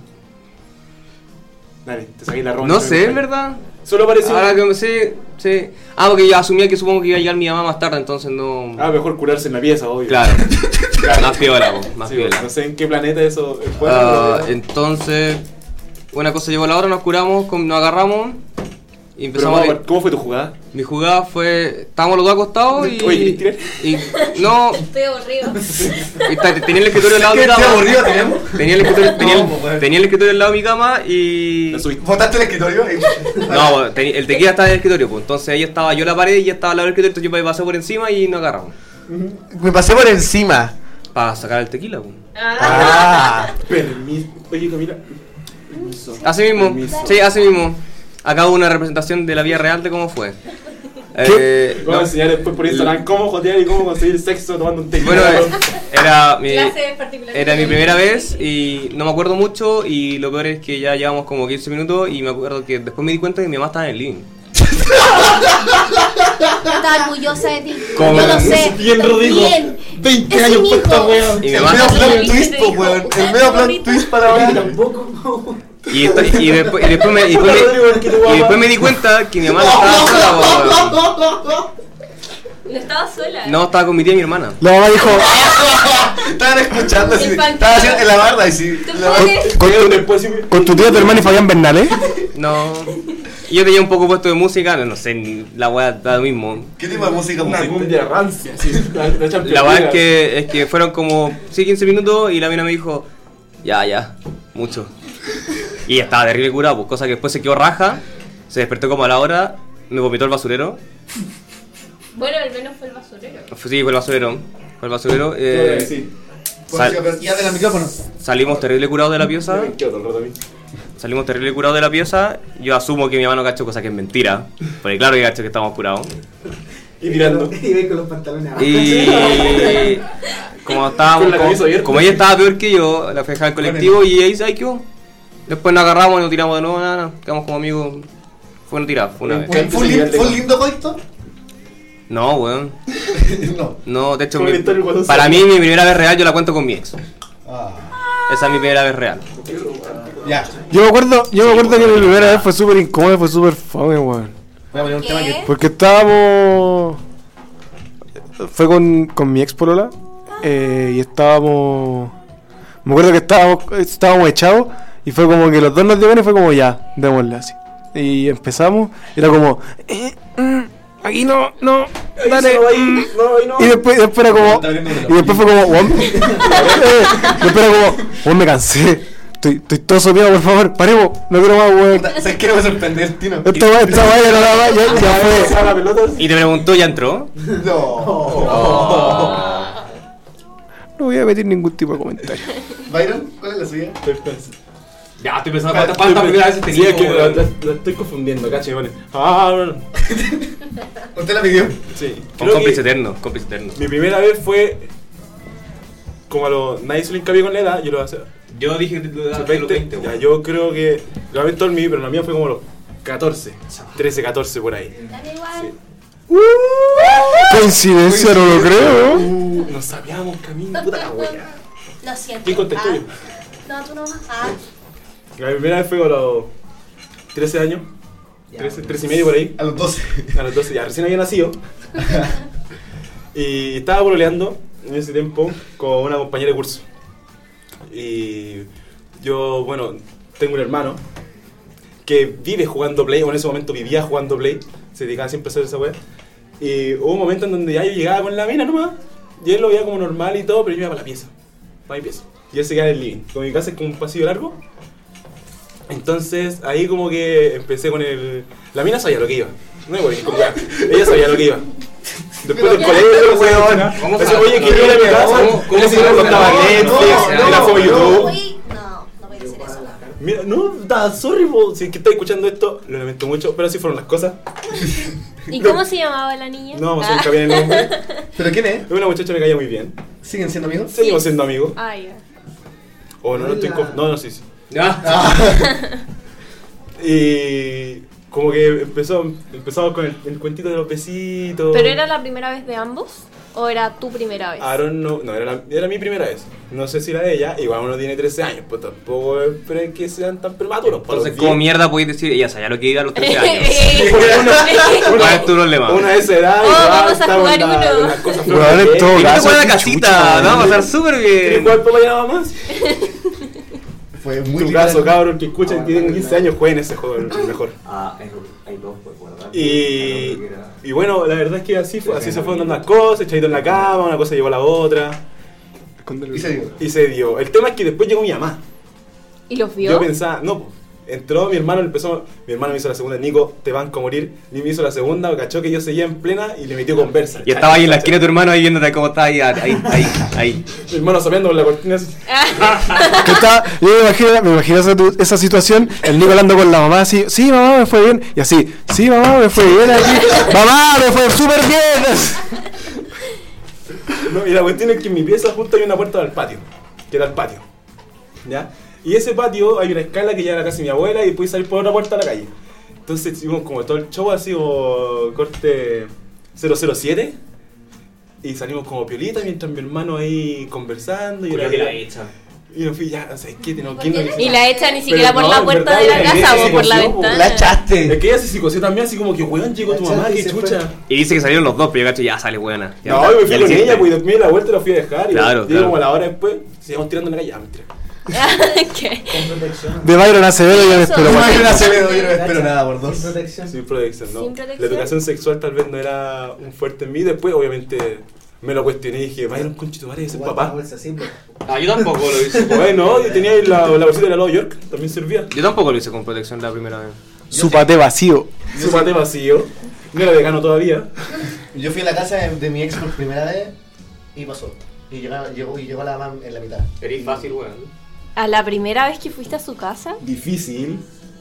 Dale, te saqué la ronda.
no sé, en verdad.
Solo apareció.
Ahora que me sé, sí. Ah, porque yo asumía que supongo que iba a llegar mi mamá más tarde, entonces no.
Ah, mejor curarse en la pieza, obvio.
Claro. más piola, po, más
Sí,
piola.
No sé en qué planeta eso. el juego,
Ah,
pero-
entonces, una cosa llevó a la otra, nos curamos, com- nos agarramos y
Pero
empezamos.
vamos a
a-
ver, ¿Cómo fue tu jugada?
mi jugada fue. Estábamos los dos acostados y.
Oye, ¿querés
y no,
Estoy aburrido.
y ta- tenía el escritorio al lado de mi
¿Qué
cama.
aburrido tenemos?
Tenía el escritorio, tenía, el-
No, pues, weón.
tenía el escritorio al lado de mi cama y.
La subiste.
¿Votaste el escritorio?
No, pues, teni- el tequila estaba en el escritorio, pues, entonces ahí estaba yo en la pared y ella estaba al lado del escritorio, entonces yo me pasé por encima y nos agarramos.
Me pasé por encima.
Para sacar el tequila, pues.
Ah.
Permiso. Oye, Camila.
Así mismo,
Permiso.
sí, así mismo. Acá hubo una representación de la vida real de cómo fue. Eh,
Vamos a
no,
enseñar después por Instagram cómo jotear y cómo conseguir sexo tomando un té.
Bueno, eh, era mi,
Clases particulares.
eh, era mi primera vez y no me acuerdo mucho y lo peor es que ya llevamos como 15 minutos y me acuerdo que después me di cuenta que mi mamá estaba en el living.
Estaba orgullosa de ti.
Como-
Yo lo sé.
Bien,
Estoy
Rodrigo.
Bien.
20
Es
años
un
por esta
hijo.
wea.
Y mi
El
mamá-
medio plan
Viste,
twist,
te
po,
dijo,
weón.
puta,
El medio plan
ahorita.
twist para ahora.
Y, esto- y después, y después me, y después me- y después me di cuenta que mi mamá no estaba sola, po, weón.
No estaba sola.
No, estaba con mi tía y mi hermana.
La mamá dijo,
Estaban escuchando así.
Infantil.
Estaba haciendo en la barda y sí.
¿Tú
la barda.
puedes?
con
Pero
tu,
después sí me-
con tu tía, tu hermano y Fabián Bernal, ¿eh?
No. Y yo tenía un poco puesto de música, no, no sé, ni- la weá da lo mismo.
¿Qué tipo de música
Una
pusiste?
cumbia rancia. sí, La, la Champions
La verdad
League.
es que, es que fueron como sí, 15 minutos y la mina me dijo, ya, ya, mucho. Y estaba terrible curado, pues, cosa que después se quedó raja, se despertó como a la hora, me vomitó el basurero.
Bueno, al menos fue el basurero.
Fue- Sí, fue el basurero. Fue el basurero. eh,
Eh, sí.
sal-
Pues, Ya de la micrófono.
salimos terrible curados de la pieza.
Me quedo todo el rato a mí.
Salimos terrible curados de la pieza. Yo asumo que mi mamá no cachó, cosa que es mentira. Porque claro que cachó que estábamos curados.
Y mirando.
Y como
Con
estábamos,
la camisa
como,
abierta.
como ella estaba peor que yo, la feja del colectivo y ahí se quedó. Después nos agarramos y nos tiramos de nuevo, nada, nada, quedamos como amigos. Fue una tirada, fue una vez.
¿Fue un lin- fue un lindo coito?
No, weón.
No.
No, de hecho,
Como
mi-
la historia del Guasón
para
Sala.
mí mi primera vez real yo la cuento con mi ex.
Ah,
Esa es mi primera vez real.
Ya.
Yo me acuerdo, yo me acuerdo que mi primera vez fue súper incómoda, fue súper fome, weón.
Voy a poner un tema que.
¿Qué?
Porque estábamos. Fue con, con mi ex Polola. eh, y estábamos. Me acuerdo que estábamos, estábamos echados. Y fue como que los dos nos dieron y fue como ya, démosle así. Y empezamos. Y era como. eh, mm, aquí no, no. Dale. mm. Y después, después era como. Y después fue como. "Weón". Eh, después era como. "Weón, me cansé. Estoy, estoy todo sopeado, por favor. Paremos. No quiero más, weón.
¿Sabes qué? No me sorprendí el tino.
Esta weá, esta weá ya no la va- ya-
¿Ah?
ya fue.
Pasaba la pelota.
Y te preguntó, ¿ya entró?
No.
No voy a emitir ningún tipo de comentario.
Byron, ¿cuál es la suya?
Perfecto.
Ya, estoy pensando cuántas cuántas
primera
primeras veces
Sí, es
te
que
digo,
la,
weón.
la- la estoy confundiendo, caché, vale. Ah, bueno.
¿Usted la pidió?
Sí.
Un
Creo
cómplice
que
eterno, cómplice eterno.
mi primera vez fue. Como a los. Nadie se lo hincapié con la edad, yo lo hacía.
Yo dije que te
a los 20, ya, yo creo que. La vez dormí, pero la mía fue como a los 14. 13, 14 por ahí.
Dale igual.
Coincidencia, no lo creo.
Uh, nos sabíamos camino, puta la wea.
Lo siento.
¿Quién contestó
Ah.
yo?
No, tú no más. Ah,
La primera vez fue con los 13 años. 13, 13 y medio por ahí.
A los 12.
A los 12, ya recién había nacido. y estaba pololeando en ese tiempo con una compañera de curso. Y yo, bueno, tengo un hermano que vive jugando Play, o en ese momento vivía jugando Play, se dedicaba siempre a hacer esa web. Y hubo un momento en donde ya yo llegaba con la mina nomás, y él lo veía como normal y todo, pero yo me iba para la pieza, para mi pieza. Y él se quedaba en el living. Como mi casa es como un pasillo largo, entonces ahí como que empecé con el... La mina sabía lo que iba. No me voy con weá. Ella sabía lo que iba. Después del colegio, weón. Decía, oye, ¿qué iba a mi casa? ¿Cómo se lo contaba Netflix? la fue
no,
YouTube.
güey, no, no voy a decir eso.
Mira, no, da, sorry, po. si es que estás escuchando esto, lo lamento mucho, pero así fueron las cosas.
¿Y cómo se llamaba la niña?
No vamos a
Ah.
buscar bien el nombre.
¿Pero quién es?
Es una muchacha que me caía muy bien.
¿Siguen siendo amigos?
Seguimos siendo amigos.
Ah, ya.
O no, no estoy conf- No, no, sí, sí. Ah, Y como que empezó, empezamos con el, el cuentito de los besitos.
¿Pero era la primera vez de ambos? ¿O era tu primera vez?
Aaron no, no era, la- era mi primera vez. No sé si la de ella, igual uno tiene 13 años, pues tampoco esperen que sean tan prematuros. para los
Entonces, ¿cómo
10.
mierda podéis decir? Ella sabía lo que iba a los 13 años.
Eh,
¿Cuál es tu problema?
Una de esa edad,
Oh,
igual,
vamos a
estamos en
jugar
la-
uno.
en las cosas
Weón, en
florales.
todo
Y no te
caso,
juegas a la
qué chucha,
casita,
weón.
la vamos a pasar súper
¿Qué
bien.
cuerpo para nada más?
Fue muy
Tu caso, cabrón, que escuchan, que tienen 15 años, jueguen ese juego, es mejor.
Ah, hay, hay dos, pues, ¿verdad?
Y, y bueno, la verdad es que así, fue, así se
Tremendo.
fueron dando las cosas, echadito en la cama, una cosa llevó a la otra,
Escóndelo.
Y se dio.
y se dio. El tema es que después llegó mi mamá.
¿Y los
Yo
vio?
pensaba, no, po. entró mi hermano, empezó, mi hermano me hizo la segunda, Nico, te van a morir, ni me hizo la segunda, cachó que yo seguía en plena y le metió conversa.
Y estaba ahí en la esquina de tu hermano ahí viéndote cómo está ahí, ahí, ahí, ahí.
Mi hermano sapeando con la cortina así.
Que está- yo me imagino, me imagino esa, tu- esa situación, el Nico hablando con la mamá así, sí mamá me fue bien, y así, sí mamá me fue bien aquí, mamá me fue súper bien.
No, y la cuestión es que en mi pieza justo hay una puerta al patio, que da al patio. ¿Ya? Y ese patio hay una escala que llega a la casa de mi abuela y puedes salir por otra puerta a la calle. Entonces hicimos como todo el show así o corte 007 y salimos como piolita mientras mi hermano ahí conversando y,
Creo que
la-
la hecha.
y nos fui ya, o sea, es que no,
¿Por
¿quién
qué
no
la
hizo?
Y la echa ni siquiera
Pero
por
no,
la
en
puerta
verdad,
de la
la
casa
iglesia
o por la
se coció,
ventana.
La
Es
echaste.
que ella se psicoció también así como que weón llegó tu mamá, que chucha.
Y dice que salieron los dos, pero yo cacho, ya sale buena. Ya,
No, yo me
ya
fui
le
con
hiciste.
ella, pues y después me di la vuelta y la fui a dejar y
Claro,
y
claro.
como a la hora después, seguimos tirando en la calle, ya, mentira.
Ah, ¿Qué?
De Byron Acevedo ya me espero. cualquier
Eso.
Imagina
cosa.
Acevedo, yo no Ah, me espero nada por dos.
Sin protección, ¿no?
Sin protección.
La educación sexual tal vez no era un fuerte en mí. Después, obviamente, me lo cuestioné y dije, vaya un conchito, vale, ese es papá.
Ah, yo tampoco lo hice.
Bueno, y tenía ahí la, la bolsita de la Nueva York, también servía.
Yo tampoco lo hice con protección la primera vez.
Su paté vacío.
Su mate vacío. No era vegano todavía.
Yo fui a la casa de, de mi ex por primera vez y pasó. Y llegó, llegó, y llegó la mamá en la mitad.
Eres fácil, weón.
¿A la primera vez que fuiste a su casa?
Difícil.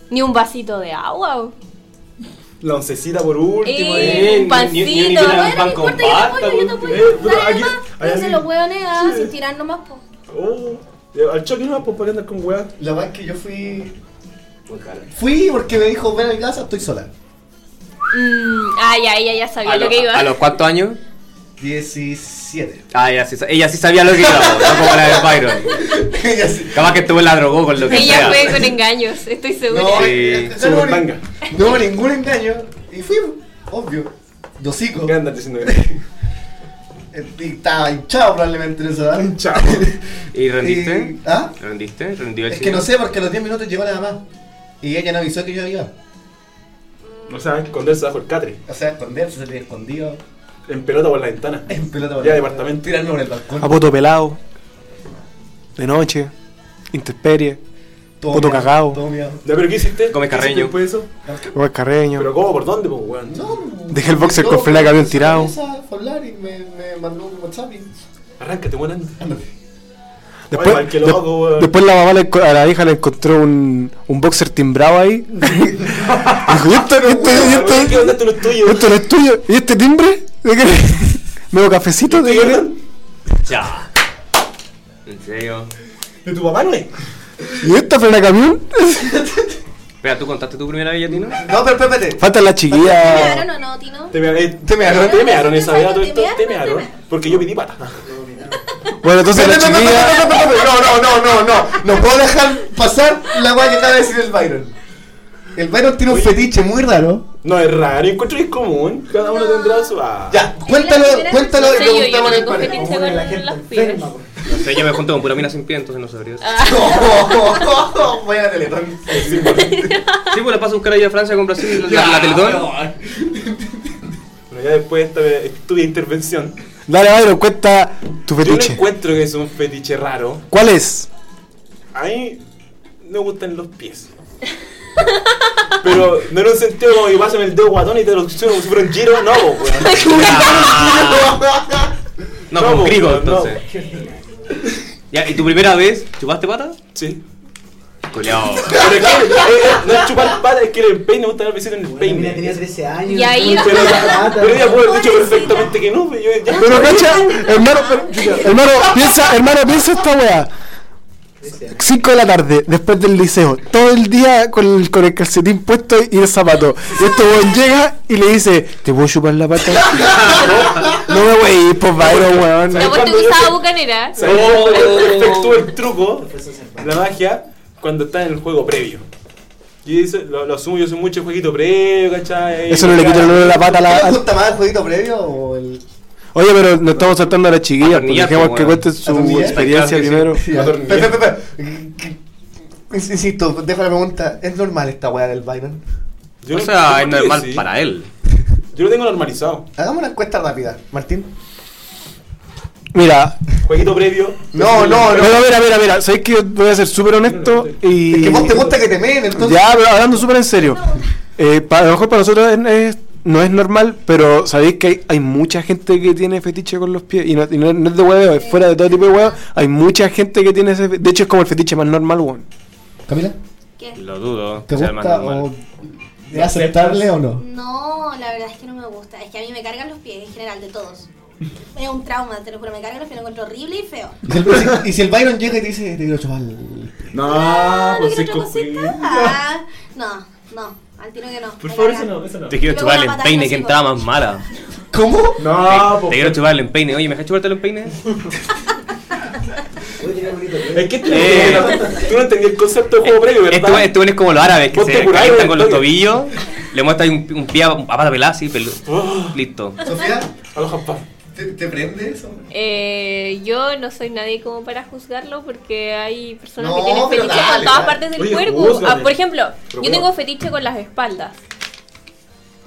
¿Ni un vasito de agua? o?
La oncecita por último.
Eh,
eh.
un pancito.
Bueno, no importa, yo te apoyo, yo te apoyo.
Eh, pero
Dale
aquí-
nomás,
hay
no se
alguien-
los hueones a si tirar nomás, po.
Oh, al choque no, pues para andar con weá.
La verdad es que yo fui.
Muy cara.
Fui porque me dijo, ven a mi casa, estoy sola.
Mm, ah, ya, ya, ya sabía
¿A,
lo
lo-
que iba.
a los cuántos años?
17.
Ah, ella sí, sa- ella sí sabía lo que iba, po, no como la de Byron.
Ella sí.
Capaz que estuvo la drogó con lo que
Ella
sea.
fue con engaños, estoy segura.
No,
Sí,
eh, no,
super
ni-
tanga.
no, ningún engaño. Y fui, obvio. Dosico.
¿Qué andas diciendo? que-
Eh, Y estaba hinchado probablemente en esa edad.
Chao.
¿Y rendiste?
Y- ¿Ah?
¿Rendiste? ¿Rendió el
Es que no
chico?
sé, porque a los 10 minutos llegó la mamá. Y ella no avisó que yo iba.
O sea, esconderse bajo el catre.
O sea, esconderse, se tenía escondido.
En pelota por la ventana.
En pelota por
Ya,
la-
departamento.
Tirarme por el balcón.
A poto pelado. De noche. Intemperie.
Todo
poto
miado,
cagao.
Todo miado.
Ya, pero ¿qué hiciste?
Come
¿Qué hiciste
carreño.
después de eso?
Robert Carreño.
¿Pero cómo? ¿Por dónde, pues, weón?
Dejé el boxer con fleca que habían tirado.
Fue a hablar y me, me mandó un WhatsApp y...
Arráncate, weón. anda.
Después,
igual que lo
de-
hago, weón.
después la mamá le enco- a la hija le encontró un, un boxer timbrado ahí. Dijo, "Y esto, esto- esto-
¿Qué onda esto no es tuyo?
esto no es tuyo. ¿Y este timbre? ¿De qué? ¿Medio cafecito? ¿De qué?
Ya. ¿En serio?
¿De tu papá no es?
¿Y esta frena camión?
Espera, ¿tú contaste tu primera bellatina?
No, pero espérate.
Falta la chiquilla.
¿Mearon o no, Tino?
Te me- eh,
Te me agarró.
te mearon esa vida, todo esto, te
¿Te mearon?
mearon. Porque yo pedí pata.
Bueno, entonces la chiquilla.
No, no, no, no, no. No puedo dejar pasar la weá que acaba de decir el Byron. El Byron tiene un fetiche muy raro.
No es raro, encuentro que es común. Cada uno tendrá su. ah.
Ya, cuéntalo, cuéntalo y
Sí, yo- yo
preguntamos
no
en el
tengo
panel.
experiencia con las pibes.
No sé, yo me junto con pura mina sin pie, entonces no sabría. eso.
Voy a la Teletón.
Sí, pues la paso a buscar ahí a Francia con Brasil, la, la Teletón.
Bueno, ya después de esta tuya intervención.
Dale, Byron, cuenta tu
Yo no
fetiche.
encuentro que es un fetiche raro.
¿Cuál es?
A mí me gustan los pies. Pero no en un sentido como que pasan el dedo guatón y te lo subo como si fuera un giro, no, po, weón.
No, como
po,
griego,
weón, no.
entonces. Ya, ¿y tu primera vez chupaste pata?
Sí.
Culeado.
Pero es que eh, eh, no es chupar pata, es que el peine, me gusta dar besitos en el
Bueno, mira,
peine.
tenía 13 años.
Y ahí
estaba
la-
Pero,
Ah,
barata.
pero ella pudo haber dicho perfectamente que no, pero yo ya.
Pero cacha, hermano, pero- hermano, piensa, hermano, piensa esta weá. 5 de la tarde, después del liceo, todo el día con el, con el calcetín puesto y el zapato. Y este weón llega y le dice, ¿te puedo chupar la pata? no me voy pues Byron, weón.
La vuelta que
cuando yo
usaba
te-
bucanera.
¿Sabes cuándo se efectúa el truco, la magia, cuando está en el juego previo? Yo eso lo, lo asumo, yo soy mucho jueguito previo, ¿cachai?
Eso no le quita el olor a la pata a
¿Te
la...
gusta más el jueguito previo o el.?
Oye, pero nos estamos saltando a la chiquilla, porque
Atornillar,
dejemos
pues,
que
weón.
cuente su
Atornillar.
experiencia
Claro que sí.
primero.
Espera, espera, espera. eh, Insisto, dejo la pregunta. ¿Es normal esta weá del Byron?
Yo
o
no-
sea,
yo
es
creo que
normal
sí.
para él.
Yo lo tengo normalizado.
Hagamos una encuesta rápida. Martín.
Mira,
Jueguito previo.
No, no, no.
pero mira, mira, mira, sabes que yo voy a ser súper honesto y...
Es que vos te gusta que te meen, entonces.
Ya, pero hablando súper en serio. Eh, pa- a lo mejor para nosotros es- es- no es normal, pero sabéis que hay, hay mucha gente que tiene fetiche con los pies. Y no, y no- no es de hueveo, es fuera de todo tipo de hueveo. Hay mucha gente que tiene ese. fe- De hecho, es como el fetiche más normal, weón.
Camila,
¿Qué?
Lo dudo.
¿te
sea el más
gusta
normal.
o.? ¿Es aceptable o no?
No, la verdad es que no me gusta. Es que a mí me cargan los pies en general, de todos. Es un trauma, te lo juro. Me cargan los pies, lo encuentro horrible y feo.
Y si el, y si el Byron llega y te dice, te quiero chupar. el-".
Ah,
No, pues es
Ah, ¿Otra cosita? Ah, no, no. Al tiro que no.
Por
me
favor, eso
cargan.
no, eso no.
Te quiero
Luego
chupar el
una patada
empeine,
en
que
los
entrada más mala.
¿Cómo? Ah,
No,
Te
pues.
quiero chupar el empeine. Oye, ¿me dejas chuparte el empeine?
Es que tú, no
Eh.
entendías- tú no entendías el concepto de juego previo, ¿verdad?
Este güey- este güey es como los árabes que
Vos te
se
curás,
calientan con los
güey.
tobillos, le muestras un, un pie a, a pata pelada así, pelu-
Oh,
listo.
Sofía,
aloja, pa.
¿te, te prende eso?
Eh, yo no soy nadie como para juzgarlo porque hay personas
No,
que tienen
pero
fetiches
dale,
con todas
dale.
partes del
Oye,
cuerpo.
júzgame.
Ah, por ejemplo,
Pero
yo
bueno.
tengo fetiche con las espaldas.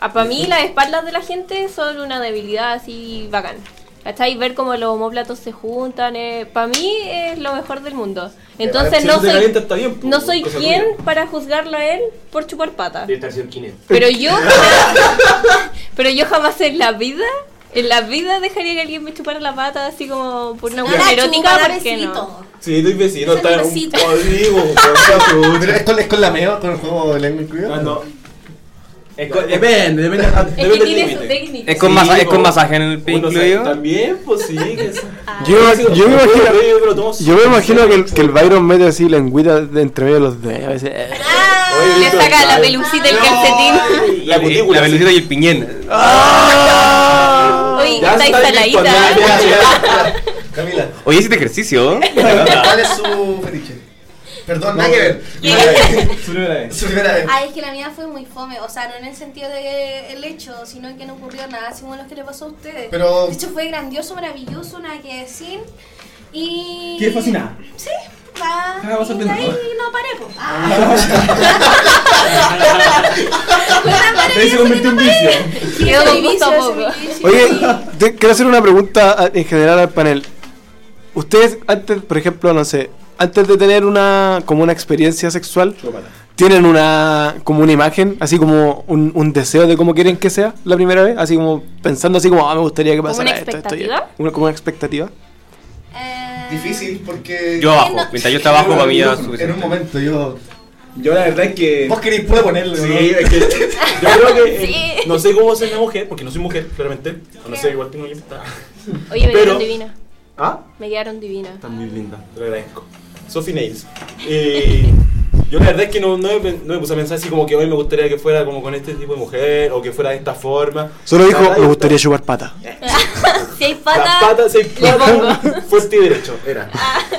para mí las espaldas de la gente son una debilidad así bacán. ¿Cachai? Ver cómo los homóplatos se juntan, para mí es lo mejor del mundo. Entonces
Eh, Si eso
pues, no
te calienta,
soy,
está bien, pues,
no soy
cosa
quien
tuya.
para juzgarlo a él por chupar patas.
De estación Kine.
Pero yo jamás- pero yo jamás en la vida, en la vida dejaría que alguien me chupara la pata así como por una
Ahora
mujer erótica,
chupa,
¿por qué no?
besito.
Sí, doy vecino,
Ese
está en un
besito.
código,
Pero es con, es con la meo, con el juego de lengua incluido.
Ah,
Ah, No, no. Es co- Depende, depende. ah, depende
Es que
del
tiene su
límite.
técnica.
Es con,
Sí,
masa- es con
po.
masaje en el pie
Uno sabe-
incluido.
También, pues sí. que
Yo,
es- Sí,
yo me
pero
imagino.
yo me lo tomo
Yo me
súper
imagino que el,
serio.
que el Byron mete así lengüita de entre medio de los dedos. a veces, eh.
Ah,
Oye,
Ah, Le
Víctor,
saca la
ay,
pelucita del calcetín.
La cutícula. ¡Ah!
La velocidad y el piñén.
Oye,
Ya está
está
listo, ya,
instaladita.
ya.
Camila,
Oye, hiciste ejercicio.
¿cuál es su fetiche? Perdón, nada que ver. Nada que ver.
Su primera vez.
Su primera vez.
Ay, es que la mía fue muy fome, o sea, no en el sentido de el hecho, sino en que no ocurrió nada, según lo que le pasó a ustedes.
Pero-
De hecho, fue grandioso, maravilloso, nada que decir. Y.
Qué fascinada.
Sí, va.
Ah, vas a
y de
tener-
ahí no paré, pues. Ah. Fue tan
Ahí se
maravilloso
convirtió en vicio.
que- Sí,
Quedó
fue
con
mi vicio,
gusto a
ese
poco.
mi vicio.
Oye, te- quiero hacer una pregunta a- en general al panel. Ustedes antes, por ejemplo, no sé, antes de tener una como una experiencia sexual, tienen una como una imagen, así como un, un deseo de cómo quieren que sea la primera vez, así como pensando así como ah, me gustaría que
¿Como
pasara
una
esto, esto y
expectativa?
esto. Una- como una expectativa.
Eh,
difícil porque.
Yo abajo, mientras yo estaba abajo, para mí era
En
suficiente.
un momento yo.
Yo la verdad es que.
Vos queréis puro ponerlo,
Sí,
¿no?
es que yo creo que eh, no sé cómo ser una mujer, porque no soy mujer, claramente. O no sé, igual tengo libertad.
Oye, me
Pero-
quedaron divinas.
¿Ah?
Me quedaron divinas.
Está muy linda, te lo agradezco. Sophie Nails. Eh, yo la verdad es que no, no, me, no me puse a pensar así como que hoy me gustaría que fuera como con este tipo de mujer o que fuera de esta forma.
Solo
La
dijo,
verdad,
me gustaría chupar pata.
Si hay
Las
patas,
patas, seis
le
patas, fuerte y derecho. Era.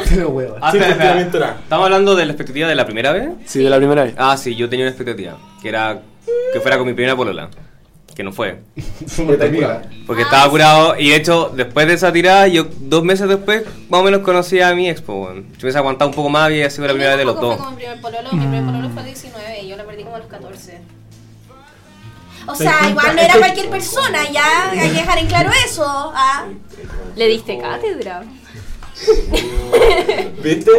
Pero hueva.
Ah,
Sí,
espera, espera.
efectivamente era.
¿Estamos hablando de la expectativa de la primera vez?
Sí, de la primera vez.
Ah, sí, yo tenía una expectativa. Que era que fuera con mi primera polola. Que no fue.
Fue tan viva.
Porque
Ah,
estaba curado. Y de hecho, después de esa tirada, yo dos meses después, más o menos conocí a mi expo, weón. Si hubiese aguantado un poco más, había sido la primera vez de los
Tampoco
dos.
fue como mi primer pololo, mi primer pololo fue a los 19 y yo la perdí como a los 14. O sea, igual no era cualquier persona, ya hay que dejar en claro eso. ¿ah?
le diste cátedra.
¿Viste?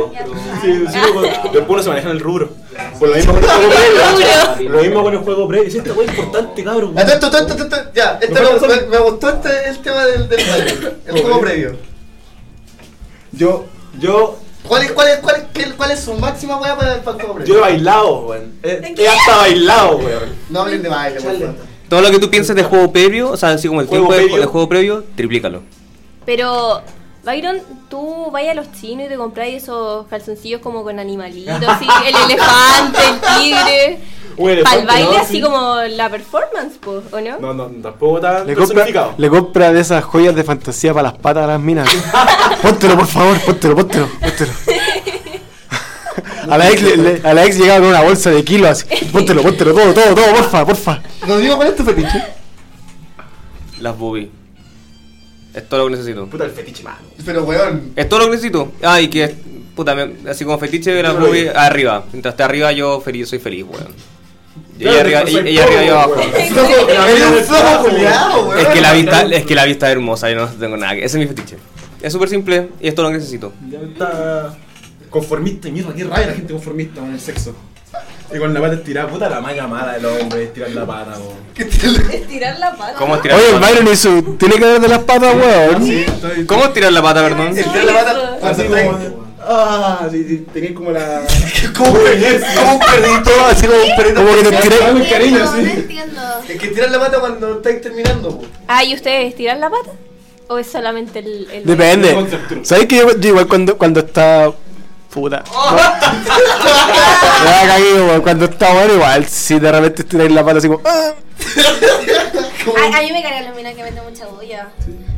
Sí, sí, como- después uno se maneja en el rubro. Por lo mismo con el juego previo. Lo mismo con el juego previo. Es esta wea importante, cabrón.
Atento, atento, atento, atento. Ya, este
Mejor
me,
solo-
me- me gustó este, el tema del, del baile, el juego previo.
Yo, yo,
¿Cuál es, cuál es, cuál es, qué- cuál es su máxima weá para, para el juego previo?
yo he bailado, weón. Eh, He, he hasta bailado, weón.
No hablen de baile, por favor.
Todo lo que tú pienses de juego previo, o sea, así como el
Juego
tiempo de-
previo.
de juego previo, triplícalo.
Pero, Byron, tú vayas a los chinos y te compráis esos calzoncillos como con animalitos, así, el elefante, el tigre.
Un
Para
elefante,
el baile,
¿no?
así
Sí.
como la performance, po, ¿o no?
No, no, tampoco tan
Le compra,
personificado.
le compra de esas joyas de fantasía para las patas a las minas. póntelo, por favor, póntelo, póntelo, póntelo. A la, ex, le- le- a la ex llegaba con una bolsa de kilos así. Póntelo, póntelo, todo, todo, todo, porfa, porfa.
Nos digo cuál es tu fetiche.
Las boobies. Es todo lo que necesito.
Puta, el fetiche, mano.
Pero weón,
Es todo lo que necesito. Ay, que puta, me- así como fetiche de las boobies arriba. Mientras esté arriba, yo feliz, soy feliz, weón. Y ella arriba,
Yo soy
ella arriba y yo abajo.
pobre, weón.
eres un flojo culiao, weón.
Es que la vista, es que la vista es hermosa, yo no tengo nada. que- Ese es mi fetiche. Es súper simple y es todo lo que necesito.
Ya me está conformista y mierda, qué raya la gente conformista con el sexo. Y con la pata estirada, puta la maña mala del hombre, estirar la pata, weón.
Estirar la pata.
¿Cómo tirar
Oye,
la
el
pata?
Byron hizo. Tiene que ver de las patas,
Ah,
weón.
¿Cómo tirar la pata, perdón?
Estirar la pata.
Así
cuando estáis-
como. Ah, sí, sí, tenés como la.
Como un perrito, como un perrito, así como un perrito.
Como que te tiré.
No
Dame cariño,
entiendo, no
sí.
entiendo.
Es que tiran la pata cuando estáis terminando, po.
Ah, ¿y ustedes tiran la pata? ¿O es solamente el.? el
Depende. ¿Sabes que yo, yo igual cuando, cuando está. Puta. No. Me da caguillo, weón. Cuando está bueno, igual. Si de repente estiráis la pata así como. "Ah".
A, a mí me cargan las minas que meten mucha bulla.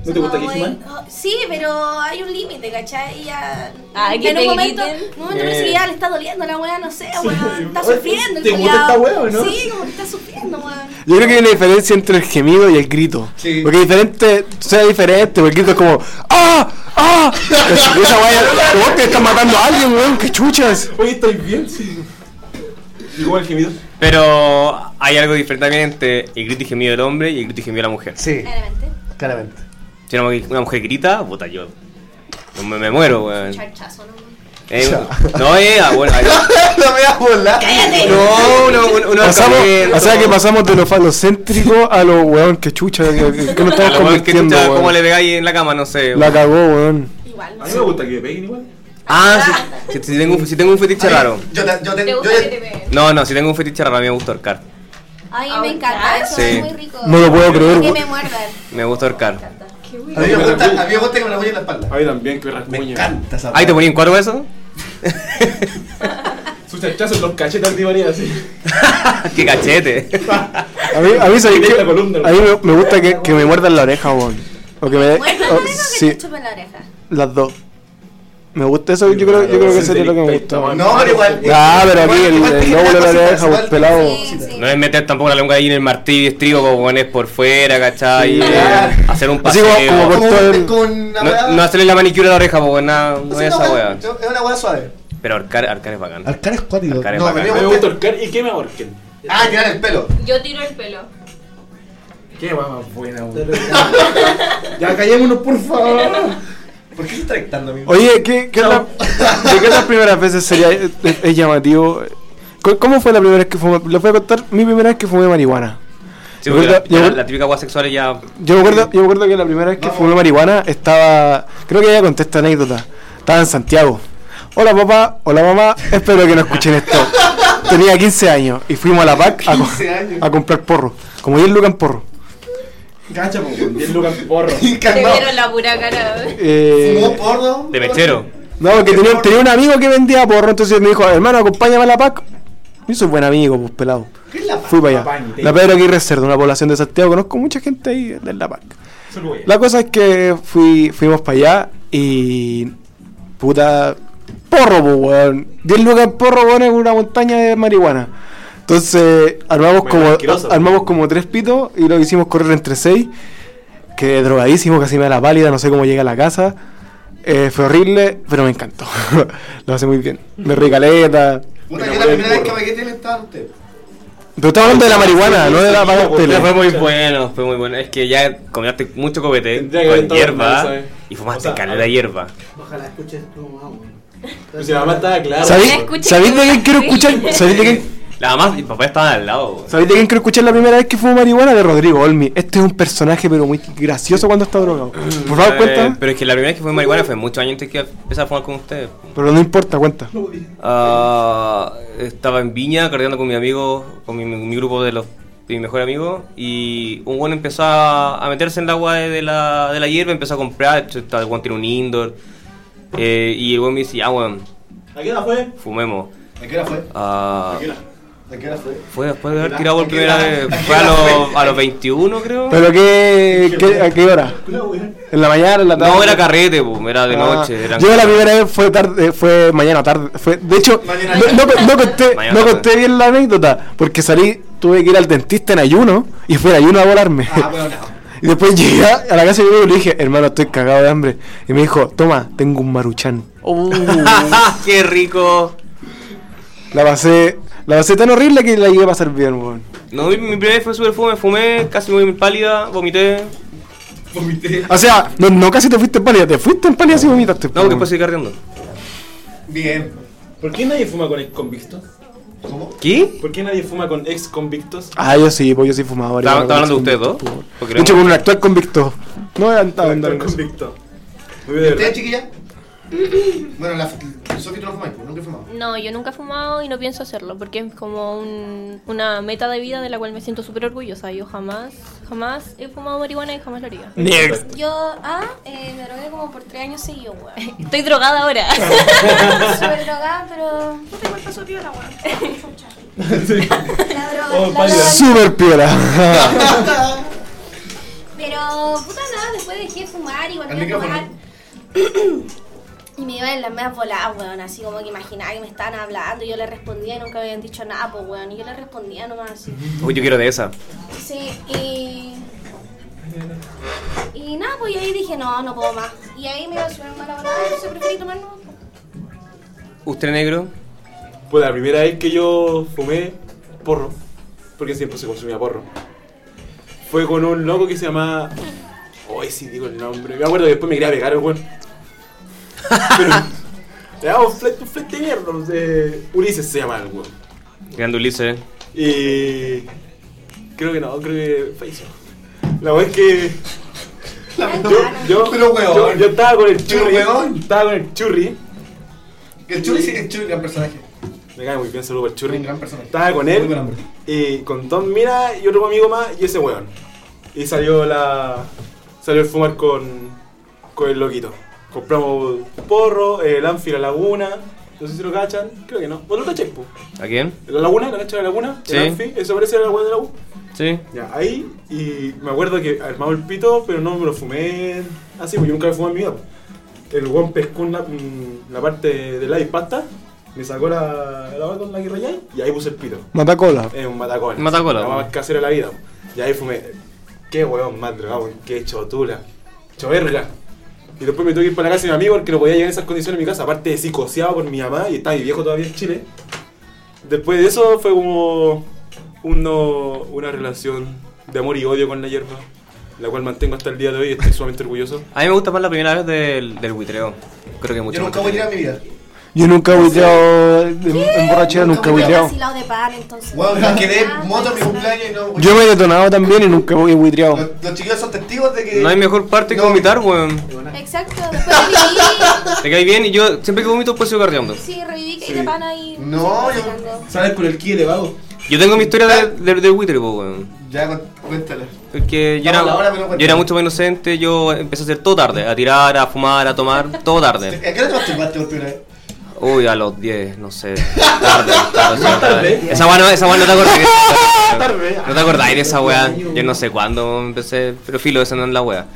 ¿No te gusta
Son
que
muy-
giman?
oh, Sí, pero hay un límite, ¿cachai? Y Ya,
Ah,
en
que
un
te
momento,
griten.
en un momento me
Eh.
dice, ya le está doliendo la weá, no sé, weón. Está
Oye,
sufriendo el
¿te gusta
culiao.
esta weá o no?
Sí, como que está sufriendo, weón.
Yo creo que hay una diferencia entre el gemido y el grito.
Sí.
Porque diferente, sea diferente, porque el grito es como ¡Ah! ¡Ah! Y Esa guaya, como te están matando a alguien, weón, qué chuchas.
Oye, ¿estáis bien? Sí. ¿Y cómo el gemido?
Pero hay algo diferente también entre el grito y gemido del hombre y el grito y gemido de la mujer.
Sí,
Claramente.
claramente.
Si una, mu- una mujer grita, puta, yo me, me muero, weón.
Charchazo, no.
Eh, no, eh, ah, bueno, ahí-
No me voy a volar.
Cállate.
no, uno, uno, uno
Pasamos,
también,
o sea que
no.
pasamos de lo falocéntrico a lo weón, que chucha, que, que nos
A
estamos
lo weón que
convirtiendo,
chucha,
weón.
¿Cómo le pegáis en la cama? No sé.
La cagó, weón.
Igual,
A
no
mí
sé.
me gusta que me peguen igual.
Ah, si, si- si tengo, un- si tengo un fetiche raro.
Yo te, yo te,
¿Te
yo
gusta que
te-
te peguen?
No, no, si tengo un fetiche raro, a mí me gusta ahorcar.
Ay,
Ah,
me encanta, eso
sí.
es muy rico.
No lo puedo creer,
Que me
weón.
muerdan.
Me gusta ahorcar.
A mí me gusta, a mí me gusta que me la voy en la espalda.
A mí también, que me
Me
rasguña.
encanta esa
Ahí te
weá.
poní en cuatro eso.
Sus chachazos, los cachetes de María, así.
¡Qué cachete!
A mí, a mí, ¿sabes
Directa
qué?
columna,
A mí me, me gusta que, que me muerdan la oreja, weón. O que me.
Muerdan
o-
la oreja o que
sí,
te chupen la oreja.
las dos. Me gusta eso, yo creo, yo creo que sería lo que me gusta. weón.
No, pero igual. eh,
Ah, pero aquí el,
igual te
el
genera
lóbulo de la
cositas,
oreja,
igual
pues,
te-
pelado.
Sí, sí.
No es meter tampoco la lengua ahí en el martillo y estribo, como pones por fuera, ¿cachai?
Sí,
Eh,
claro.
hacer un
Así
paseo.
como- como
Como,
por todo el-
un- como una weá-
no, no hacerle la manicura a la oreja, porque nada, no
así
es esa
una weá-
wea.
yo- Es una weá suave.
Pero ahorcar, ahorcar es bacán.
Arcar es cuático.
Ahorcar es
No,
bacán.
me
A mí me gusta ahorcar y que me ahorquen.
Ah, tirar el pelo.
Yo tiro el pelo.
Qué mamá buena, weón. Ya callémonos, por favor.
¿Por qué se está dictando, amigo?
Oye, ¿qué, qué es la- ¿de qué las primeras veces sería es, eh, es llamativo? ¿Cómo- ¿Cómo fue la primera vez que fumé? Les voy a contar mi primera vez que fumé marihuana.
Sí,
Yo
porque la,
creo- yo-
la- la típica agua sexual ya.
Yo me acuerdo, yo me acuerdo que la primera vez que fumé marihuana estaba. Creo que ya conté esta anécdota. Estaba en Santiago. Hola papá, hola mamá, espero que no escuchen esto. Tenía 15 años y fuimos a la PAC a, co-
15 años.
a comprar porro. Como 10 lucas en porro.
Cacha, po, weón.
Bien, Lucas Porro.
Te
Calmado.
vieron la pura cara.
Eh,
Fumó porro.
De mechero.
No, porque tenía, tenía un amigo que vendía porro, entonces me dijo, hermano, acompáñame a la PAC. Yo soy buen amigo, pues pelado.
¿Qué es la
Fui para allá.
Apañate.
La Pedro Aguirre Cerdo, una población de Santiago, conozco mucha gente ahí de la PAC.
Solo voy a-
La cosa es que fui, fuimos para allá y. Puta. Porro, po, weón. 10 lucas en porro, weón, en una montaña de marihuana. Entonces, armamos,
Bueno,
como,
asqueroso.
armamos como tres pitos y lo hicimos correr entre seis. Que drogadísimo, casi me da la pálida, no sé cómo llegué a la casa. Eh, fue horrible, pero me encantó. lo hace muy bien. Me reí caleta.
Puta, que la primera vez que me quedé estaba usted.
Pero estaba hablando de la marihuana, no de la paga
Pero fue muy bueno, fue muy bueno. Es que ya comiste mucho copete
Tendría que haber
con
estado
hierba
en eso, eh.
y
O
fumaste
sea,
caleta de hierba.
Ojalá escuches tu mamá, weón.
Pero si la mamá estaba clara.
¿Sabéis
Me escuché
sabéis de
que-
quién quiero escuchar? ¿Sabéis de quién?
La mamá y papá estaban al lado. güey.
¿Sabéis de quién creo escuchar la primera vez que fumó marihuana? De Rodrigo Olmi. Este es un personaje, pero muy gracioso cuando está drogado. Por favor,
Eh,
cuenta.
Pero es que la primera vez que fue marihuana fue muchos años antes que empezar a fumar con ustedes.
Pero no importa, cuenta.
Ah, estaba en Viña cargando con mi amigo, con mi, mi grupo de los de mi mejor amigo y un buen empezó a a meterse en el agua de, de la, de la hierba, empezó a comprar, chuta, el weón tiene un indoor eh, y el buen me dice, ah weón,
¿A qué hora fue?
fumemos.
¿De qué hora fue?
Ah,
¿De qué hora fue?
fue después de haber tirado por primera vez, fue a los, a los 21 creo.
¿Pero qué, qué- a qué hora? ¿En la mañana? ¿En la tarde?
No, era carrete, po, era de
Ah,
noche. eran-
Yo la primera vez fue tarde, fue mañana tarde. Fue, de hecho,
Mañana
no, no- no conté,
Mañana
no
tarde.
conté bien la anécdota, porque salí, tuve que ir al dentista en ayuno y fui en ayuno a volarme.
Ah, bueno, no.
Y después llegué a la casa de mi amigo y le dije, hermano, estoy cagado de hambre. Y me dijo, toma, tengo un maruchán.
¡Qué rico!
La pasé, la pasé tan horrible que la llegué a pasar bien, weón.
No, mi, mi primera vez fue súper fumé, fumé, casi muy pálida, vomité.
O sea, no, no casi te fuiste en pálida, te fuiste en pálida y vomitaste.
No,
weón.
que después seguí carreteando.
Bien.
¿Por qué nadie fuma con ex convictos?
¿Cómo?
¿Qué?
¿Por qué nadie fuma con ex convictos?
Ah, yo sí, pues yo sí fumaba.
¿Estaba-
marihuana,
estaba hablando de
weón,
ustedes
convicto,
dos?
weón.
Porque
De hecho,
no-
con un actual convicto. No voy a andar
Con
andando
ex
con eso.
convicto. Muy bien,
¿Usted,
¿verdad?
chiquilla? Bueno, la Sofi, tú no fumáis, pues nunca he fumado.
No, yo nunca he fumado y no pienso hacerlo porque es como un- una meta de vida de la cual me siento súper orgullosa. Yo jamás, jamás he fumado marihuana y jamás lo haría.
Next.
Yo, ah, eh, me drogué como por tres años seguidos, weón.
Estoy drogada ahora.
Súper drogada, pero. No tengo el paso piola, weón. Chucha. La droga, la droga.
Super piola.
Pero, puta nada, después dejé de fumar y
Al
volví a
micrófono.
tomar. Y me iba en las medias voladas, weón, así como que imaginaba que me estaban hablando y yo le respondía y nunca habían dicho nada, pues, weón, y yo le respondía nomás así.
Uy, yo quiero de esa.
Sí, y. Y nada, pues y ahí dije, no, no puedo más. Y ahí me iba a subir mala volada, entonces preferí tomar nomás. pues.
¿Usted negro?
Pues la primera vez que yo fumé porro, porque siempre se consumía porro, fue con un loco que se llamaba. Hoy sí digo el nombre. Me acuerdo que después me quería pegar el weón. Pero. Le daba un flete, un flete de mierda. no sé. Ulises se llama el weón.
Grande Ulises.
Y. Creo que no, creo que Faiso. La weón es que. Yo, yo,
Pero weón.
yo, yo estaba con el
Pero
churri.
weón.
Estaba con el churri.
El Chuli sí, el Chuli, gran personaje.
Me cae muy bien, saludo para el churri.
Un gran personaje.
Estaba con
Muy buen
él,
hombre.
y con Tom Mira y otro amigo más, y ese weón. Y salió la. salió el fumar con. con el loquito. Compramos porro, el Anfi la Laguna. No sé si lo cachan, creo que no. ¿Vos lo cacháis, po?
¿A quién?
La Laguna, la cachan de la Laguna,
Sí.
el Anfi, eso parece la weón de la U.
Sí.
Ya, ahí, y me acuerdo que armaba el pito, pero no me lo fumé así, porque yo nunca me fumé en mi vida. po. El weón pescó una, mm, la parte de la pasta, me sacó la, la con la que rayáis, y ahí puse el pito.
Matacola.
Es un matacón.
Un matacón,
La
po.
más casera de la vida. Y ahí fumé. Qué huevón más dragón, qué chotula. Choverga. Y después me tuve que ir para la casa de mi amigo porque no podía llegar en esas condiciones a mi casa. Aparte de psicoseado por mi mamá y estaba mi viejo todavía en Chile. Después de eso fue como uno- una relación de amor y odio con la hierba. La cual mantengo hasta el día de hoy y estoy sumamente orgulloso.
A mí me gusta más la primera vez del, del buitreo. Creo que mucho
Yo nunca
más.
voy a ir a mi vida.
Yo nunca he huiteado en, en borrachera, nunca he
Hubiera
huiteado.
vacilado de pan, entonces.
Weón, la quedé
Ah,
moto en mi
entonces,
cumpleaños y no.
Yo me he detonado también y nunca he huiteado.
Los, los chiquillos son testigos de que.
No hay mejor parte que
No.
vomitar, weón.
Exacto, después reviví.
Te cae bien y yo siempre que vomito pues sigo carreando.
Sí, reviví que de pan ahí.
No, yo-
¿Sabes con el ki elevado?
Yo tengo mi historia de, de, de buitre, po, weón.
Ya, cu- cuéntala.
Porque yo era,
Vamos a la hora, pero cuéntame.
yo era mucho más inocente, yo empecé a hacer todo tarde, a tirar, a fumar, a tomar, todo tarde.
¿A qué hora te masturbaste por primera vez?
Uy, a los 10, no sé. Tarde, tarde,
Más tarde.
Esa weá no, esa weá no te acordáis. No te acordáis de esa weá. Yo no sé cuándo empecé, pero filo, esa no es la weá.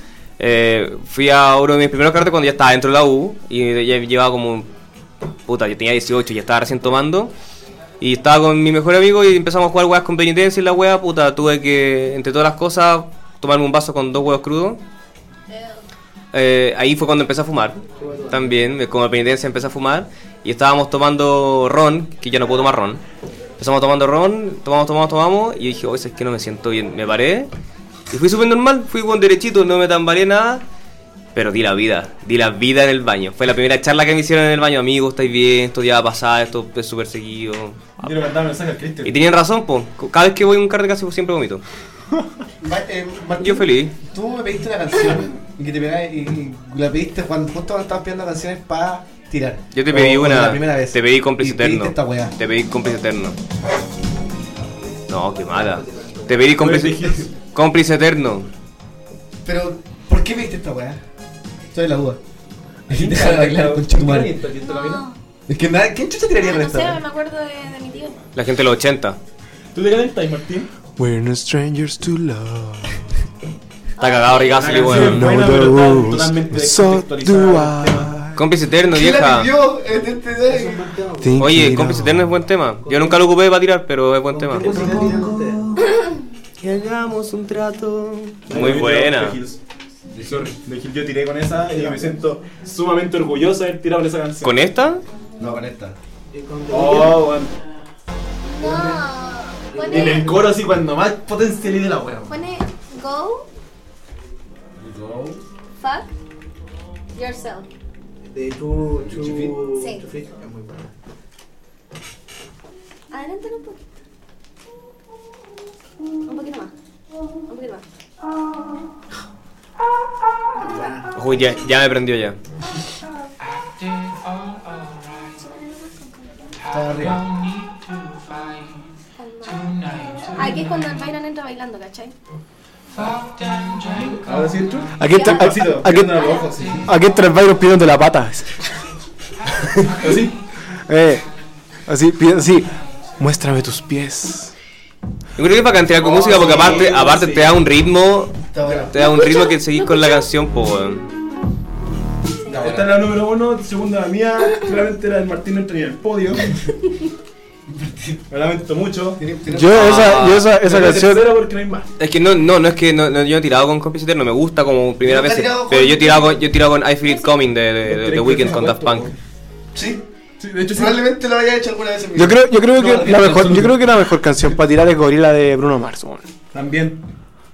Eh, fui a uno de mis primeros cartas cuando ya estaba dentro de la U y ya llevaba como. Puta, yo tenía 18 y estaba recién tomando. Y estaba con mi mejor amigo y empezamos a jugar weas con penitencia y la wea, puta, tuve que, entre todas las cosas, tomarme un vaso con dos huevos crudos. Eh, ahí fue cuando empecé a fumar. También, me- como penitencia empecé a fumar. Y estábamos tomando ron, que ya no puedo tomar ron. Empezamos tomando ron, tomamos, tomamos, tomamos. Y dije, oye, es que no me siento bien. Me paré. Y fui súper normal, fui con derechito, no me tambaleé nada. Pero di la vida, di la vida en el baño. Fue la primera charla que me hicieron en el baño. Amigos, estáis bien, esto ya va a pasar, esto es súper seguido.
Quiero mandar un mensaje al Cristian.
Y tenían razón, po. Cada vez que voy a un carne casi siempre vomito.
Ma- eh, Martín,
Yo feliz.
Tú me pediste una canción y que te pegaba y, y la pediste cuando justo cuando estabas pidiendo canciones para tirar.
Yo te
O-
pedí
o
una.
Oh, La primera vez.
Te pedí cómplice
Y pediste
eterno.
esta weá.
Te pedí cómplice eterno. No, qué mala. Te pedí cómplice. Cómplice eterno.
Pero, ¿por qué pediste esta weá? Estoy en la duda. Deja de bailar con madre.
No,
Es que nadie. ¿Quién chucha tiraría el
no sé,
restaurante?
me acuerdo de, de mi tío.
La gente de los 80.
¿Tú te calentas, Martín?
We're no strangers to love.
Está
Ah,
cagado Rigazzi,
canción.
weón.
No
Buena,
the
pero está
rules,
totalmente
so do
descontextualizada
I.
Cómplice eterno,
¿Quién
vieja.
la pidió? Este, este, este.
Think
Oye,
it
cómplice
out.
eterno es buen tema. Yo nunca lo ocupé para tirar, pero es buen tema. Que hagamos un trato. Muy buena.
De Sorry, de Gil yo tiré con esa y me siento sumamente orgulloso de haber tirado con esa canción.
¿Con esta?
No, con esta.
Oh, bueno.
No,
En el
pone,
coro así cuando más potencialidad de la wea.
Ah, pone go, fuck yourself.
De tu. tu
Sí.
tu fit, es muy buena.
Adelántalo un poquito. Un poquito más. Un poquito más.
Uy, ya, ya me prendió ya.
Está arriba.
Calma. Aquí es cuando el Byron entra bailando, ¿cachai?
Ahora sí, tú.
Aquí está, aquí, aquí, aquí está el Byron pidiendo la pata.
Así.
Eh, así, pide- así. Muéstrame tus pies.
Yo creo que es para cantar
Oh,
con música porque aparte, aparte te da un ritmo.
Está bueno.
Te da un ritmo que seguís con la canción, po, weón.
Esta es la número uno, segunda la mía. Claramente la del Martín no entra ni en el podio. Me lamento mucho.
Tiene- tiene-
Yo esa, yo esa, esa
Ah, Pero la
canción.
tercera porque no hay más.
Es que no, no, no es que no, no, yo he tirado con Cómplice Eterno, me gusta como primera
Nunca he
vez.
tirado con-
Pero yo he tirado con, yo he tirado con I Feel It Coming de, de, de The Weeknd con Daft Punk.
Sí.
Sí, de hecho, sí.
Probablemente lo haya hecho alguna vez en mi
Yo creo, yo creo
No,
que
la
la
canción
mejor,
absoluta.
yo creo que la mejor canción para tirar es Gorila de Bruno Mars. weón.
También.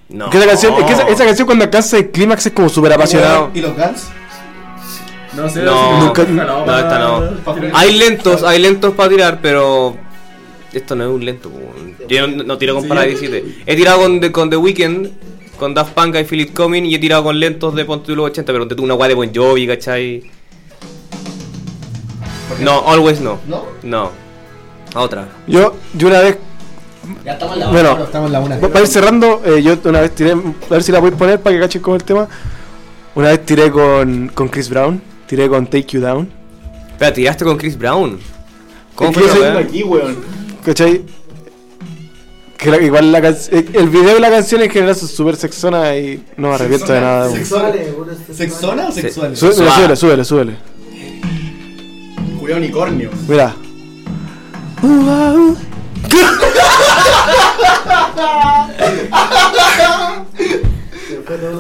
No.
Que esa canción, es que esa, esa canción cuando alcanza el clímax es como súper apasionado.
¿Y los Guns?
No sé.
No,
así
nunca-
que-
no, esta
no.
Hay lentos, hay lentos para tirar, pero esto no es un lento. po, weón. Yo no, no tiro con
Sí.
Paradise City. He tirado con, The- con The Weeknd, con Daft Punk, I Feel It Coming y he tirado con lentos de Ponte Luego 80, pero tuve una guay de Bon Jovi, ¿cachai? No, Always no.
¿No?
No. A otra.
Yo, yo una vez,
Ya estamos en la hora.
bueno,
Estamos en la una.
pa- para ir cerrando, eh, yo una vez tiré, a ver si la voy a poner para que cachen con el tema. Una vez tiré con, con Chris Brown, tiré con Take You Down.
Espera, tiraste con Chris Brown. ¿Cómo
Es
fue
que
esa
yo
weá?
soy-
Aquí, weón.
¿Cachai? Que la- igual la can- eh, el video y la canción en general son súper sexona y no me arrepiento de nada. weón.
Sexuales, uno es sexual.
¿Sexona o sexuales?
Sube- mira,
Suave.
Súbele, súbele, súbele.
Julio Unicornio.
Mira.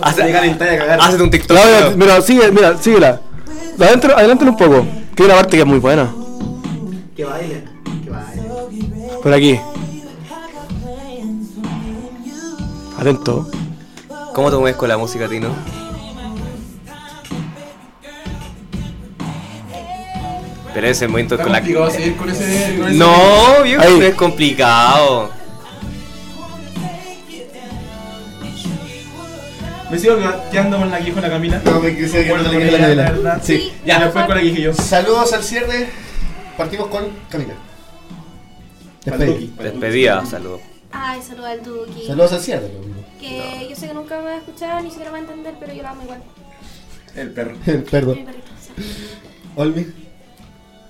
Hace calentar y a cagar.
Hazte un TikTok.
La voy a-
creo.
mira, sigue, mira, síguela. Adentro, adelántala un poco. Que hay una parte que es muy buena.
Que baile. Que baile.
Por aquí. Atento.
¿Cómo te mueves con la música, Tino? Pero ese momento
Está
con la.
complicado seguir con ese. con ese-
No, viejo,
Ahí.
no es complicado.
Me sigo quedando con la que dijo la Camila.
No, me quise que no
Bueno,
le quede
ya,
la
la
Camila.
verdad.
Sí.
Ya, después con la que dije yo.
Saludos al cierre. Partimos con Camila. Despedida.
Pues,
Despedida, saludos.
Ay, saluda al Duki.
Saludos al cierre. lo mismo.
Que yo sé que nunca me va a escuchar, ni siquiera me va a entender, pero yo lo amo igual.
El perro.
Mi
Perdón.
perrito, sí.
Olmi.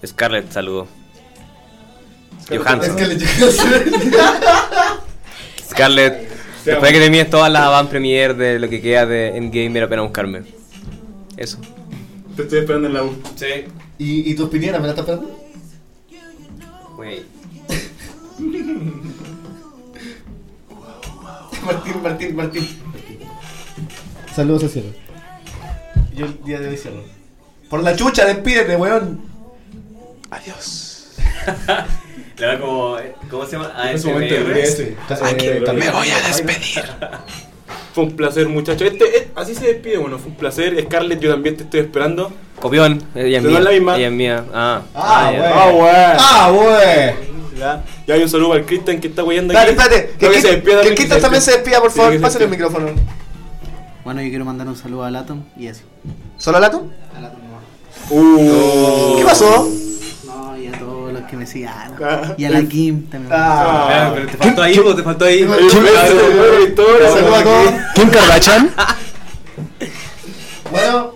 Scarlett, saludos.
Es
Johansson.
que le llegué
Scarlett, después que termines todas las avant premier de lo que queda de Endgame, era pena buscarme. Eso.
Te estoy esperando en la U.
Sí.
¿Y, ¿Y tus pinieras me la estás esperando? Martín, Martín, Martín. Saludos al cierre. Yo el día de hoy cierro. Por la chucha, despídete, weón.
Le da como. ¿Cómo se llama?
En su momento debería
ASMR.
decir.
Eh, también.
Fue un placer, muchachos. Este, eh, así se despide. Bueno, fue un placer. Scarlett, yo también te estoy esperando.
Copión, ella
Pero
es
no
mía.
es la misma.
Ella es mía. Ah,
Ah,
ya.
bueno.
Ah, bueno.
Ah, weón.
Ya, ya hay un saludo al Cristian que está guayando
Dale, espérate.
Que,
Que,
que se
Kit-
despida
que Quito también se despida, por
Sí,
favor.
que se
Pásale el
despida.
micrófono.
Bueno, yo quiero mandar un saludo a Latom y eso.
¿Solo a Lato?
A Latom no.
Uh.
¿Qué pasó?
No, y a todos los que me sigan.
Ah.
Y a la Kim también.
Ah, pero te faltó ahí, vos, te faltó ahí.
Un beso, una victoria.
Saludos a todos.
¿Quién Kardashian?
Bueno,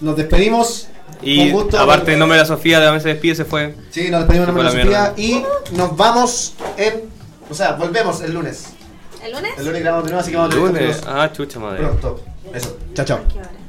nos despedimos.
Y
Un gusto.
aparte, el nombre de la Sofía, también se despide, se fue.
Sí, nos despedimos en
Fue
nombre de
la
Sofía y nos vamos en. O sea, volvemos el lunes.
¿El lunes?
El lunes grabamos de nuevo, así que vamos a tener
Lunes.
capítulos
Ah, chucha madre.
pronto. Eso. Chao, chao.
¿Qué hora?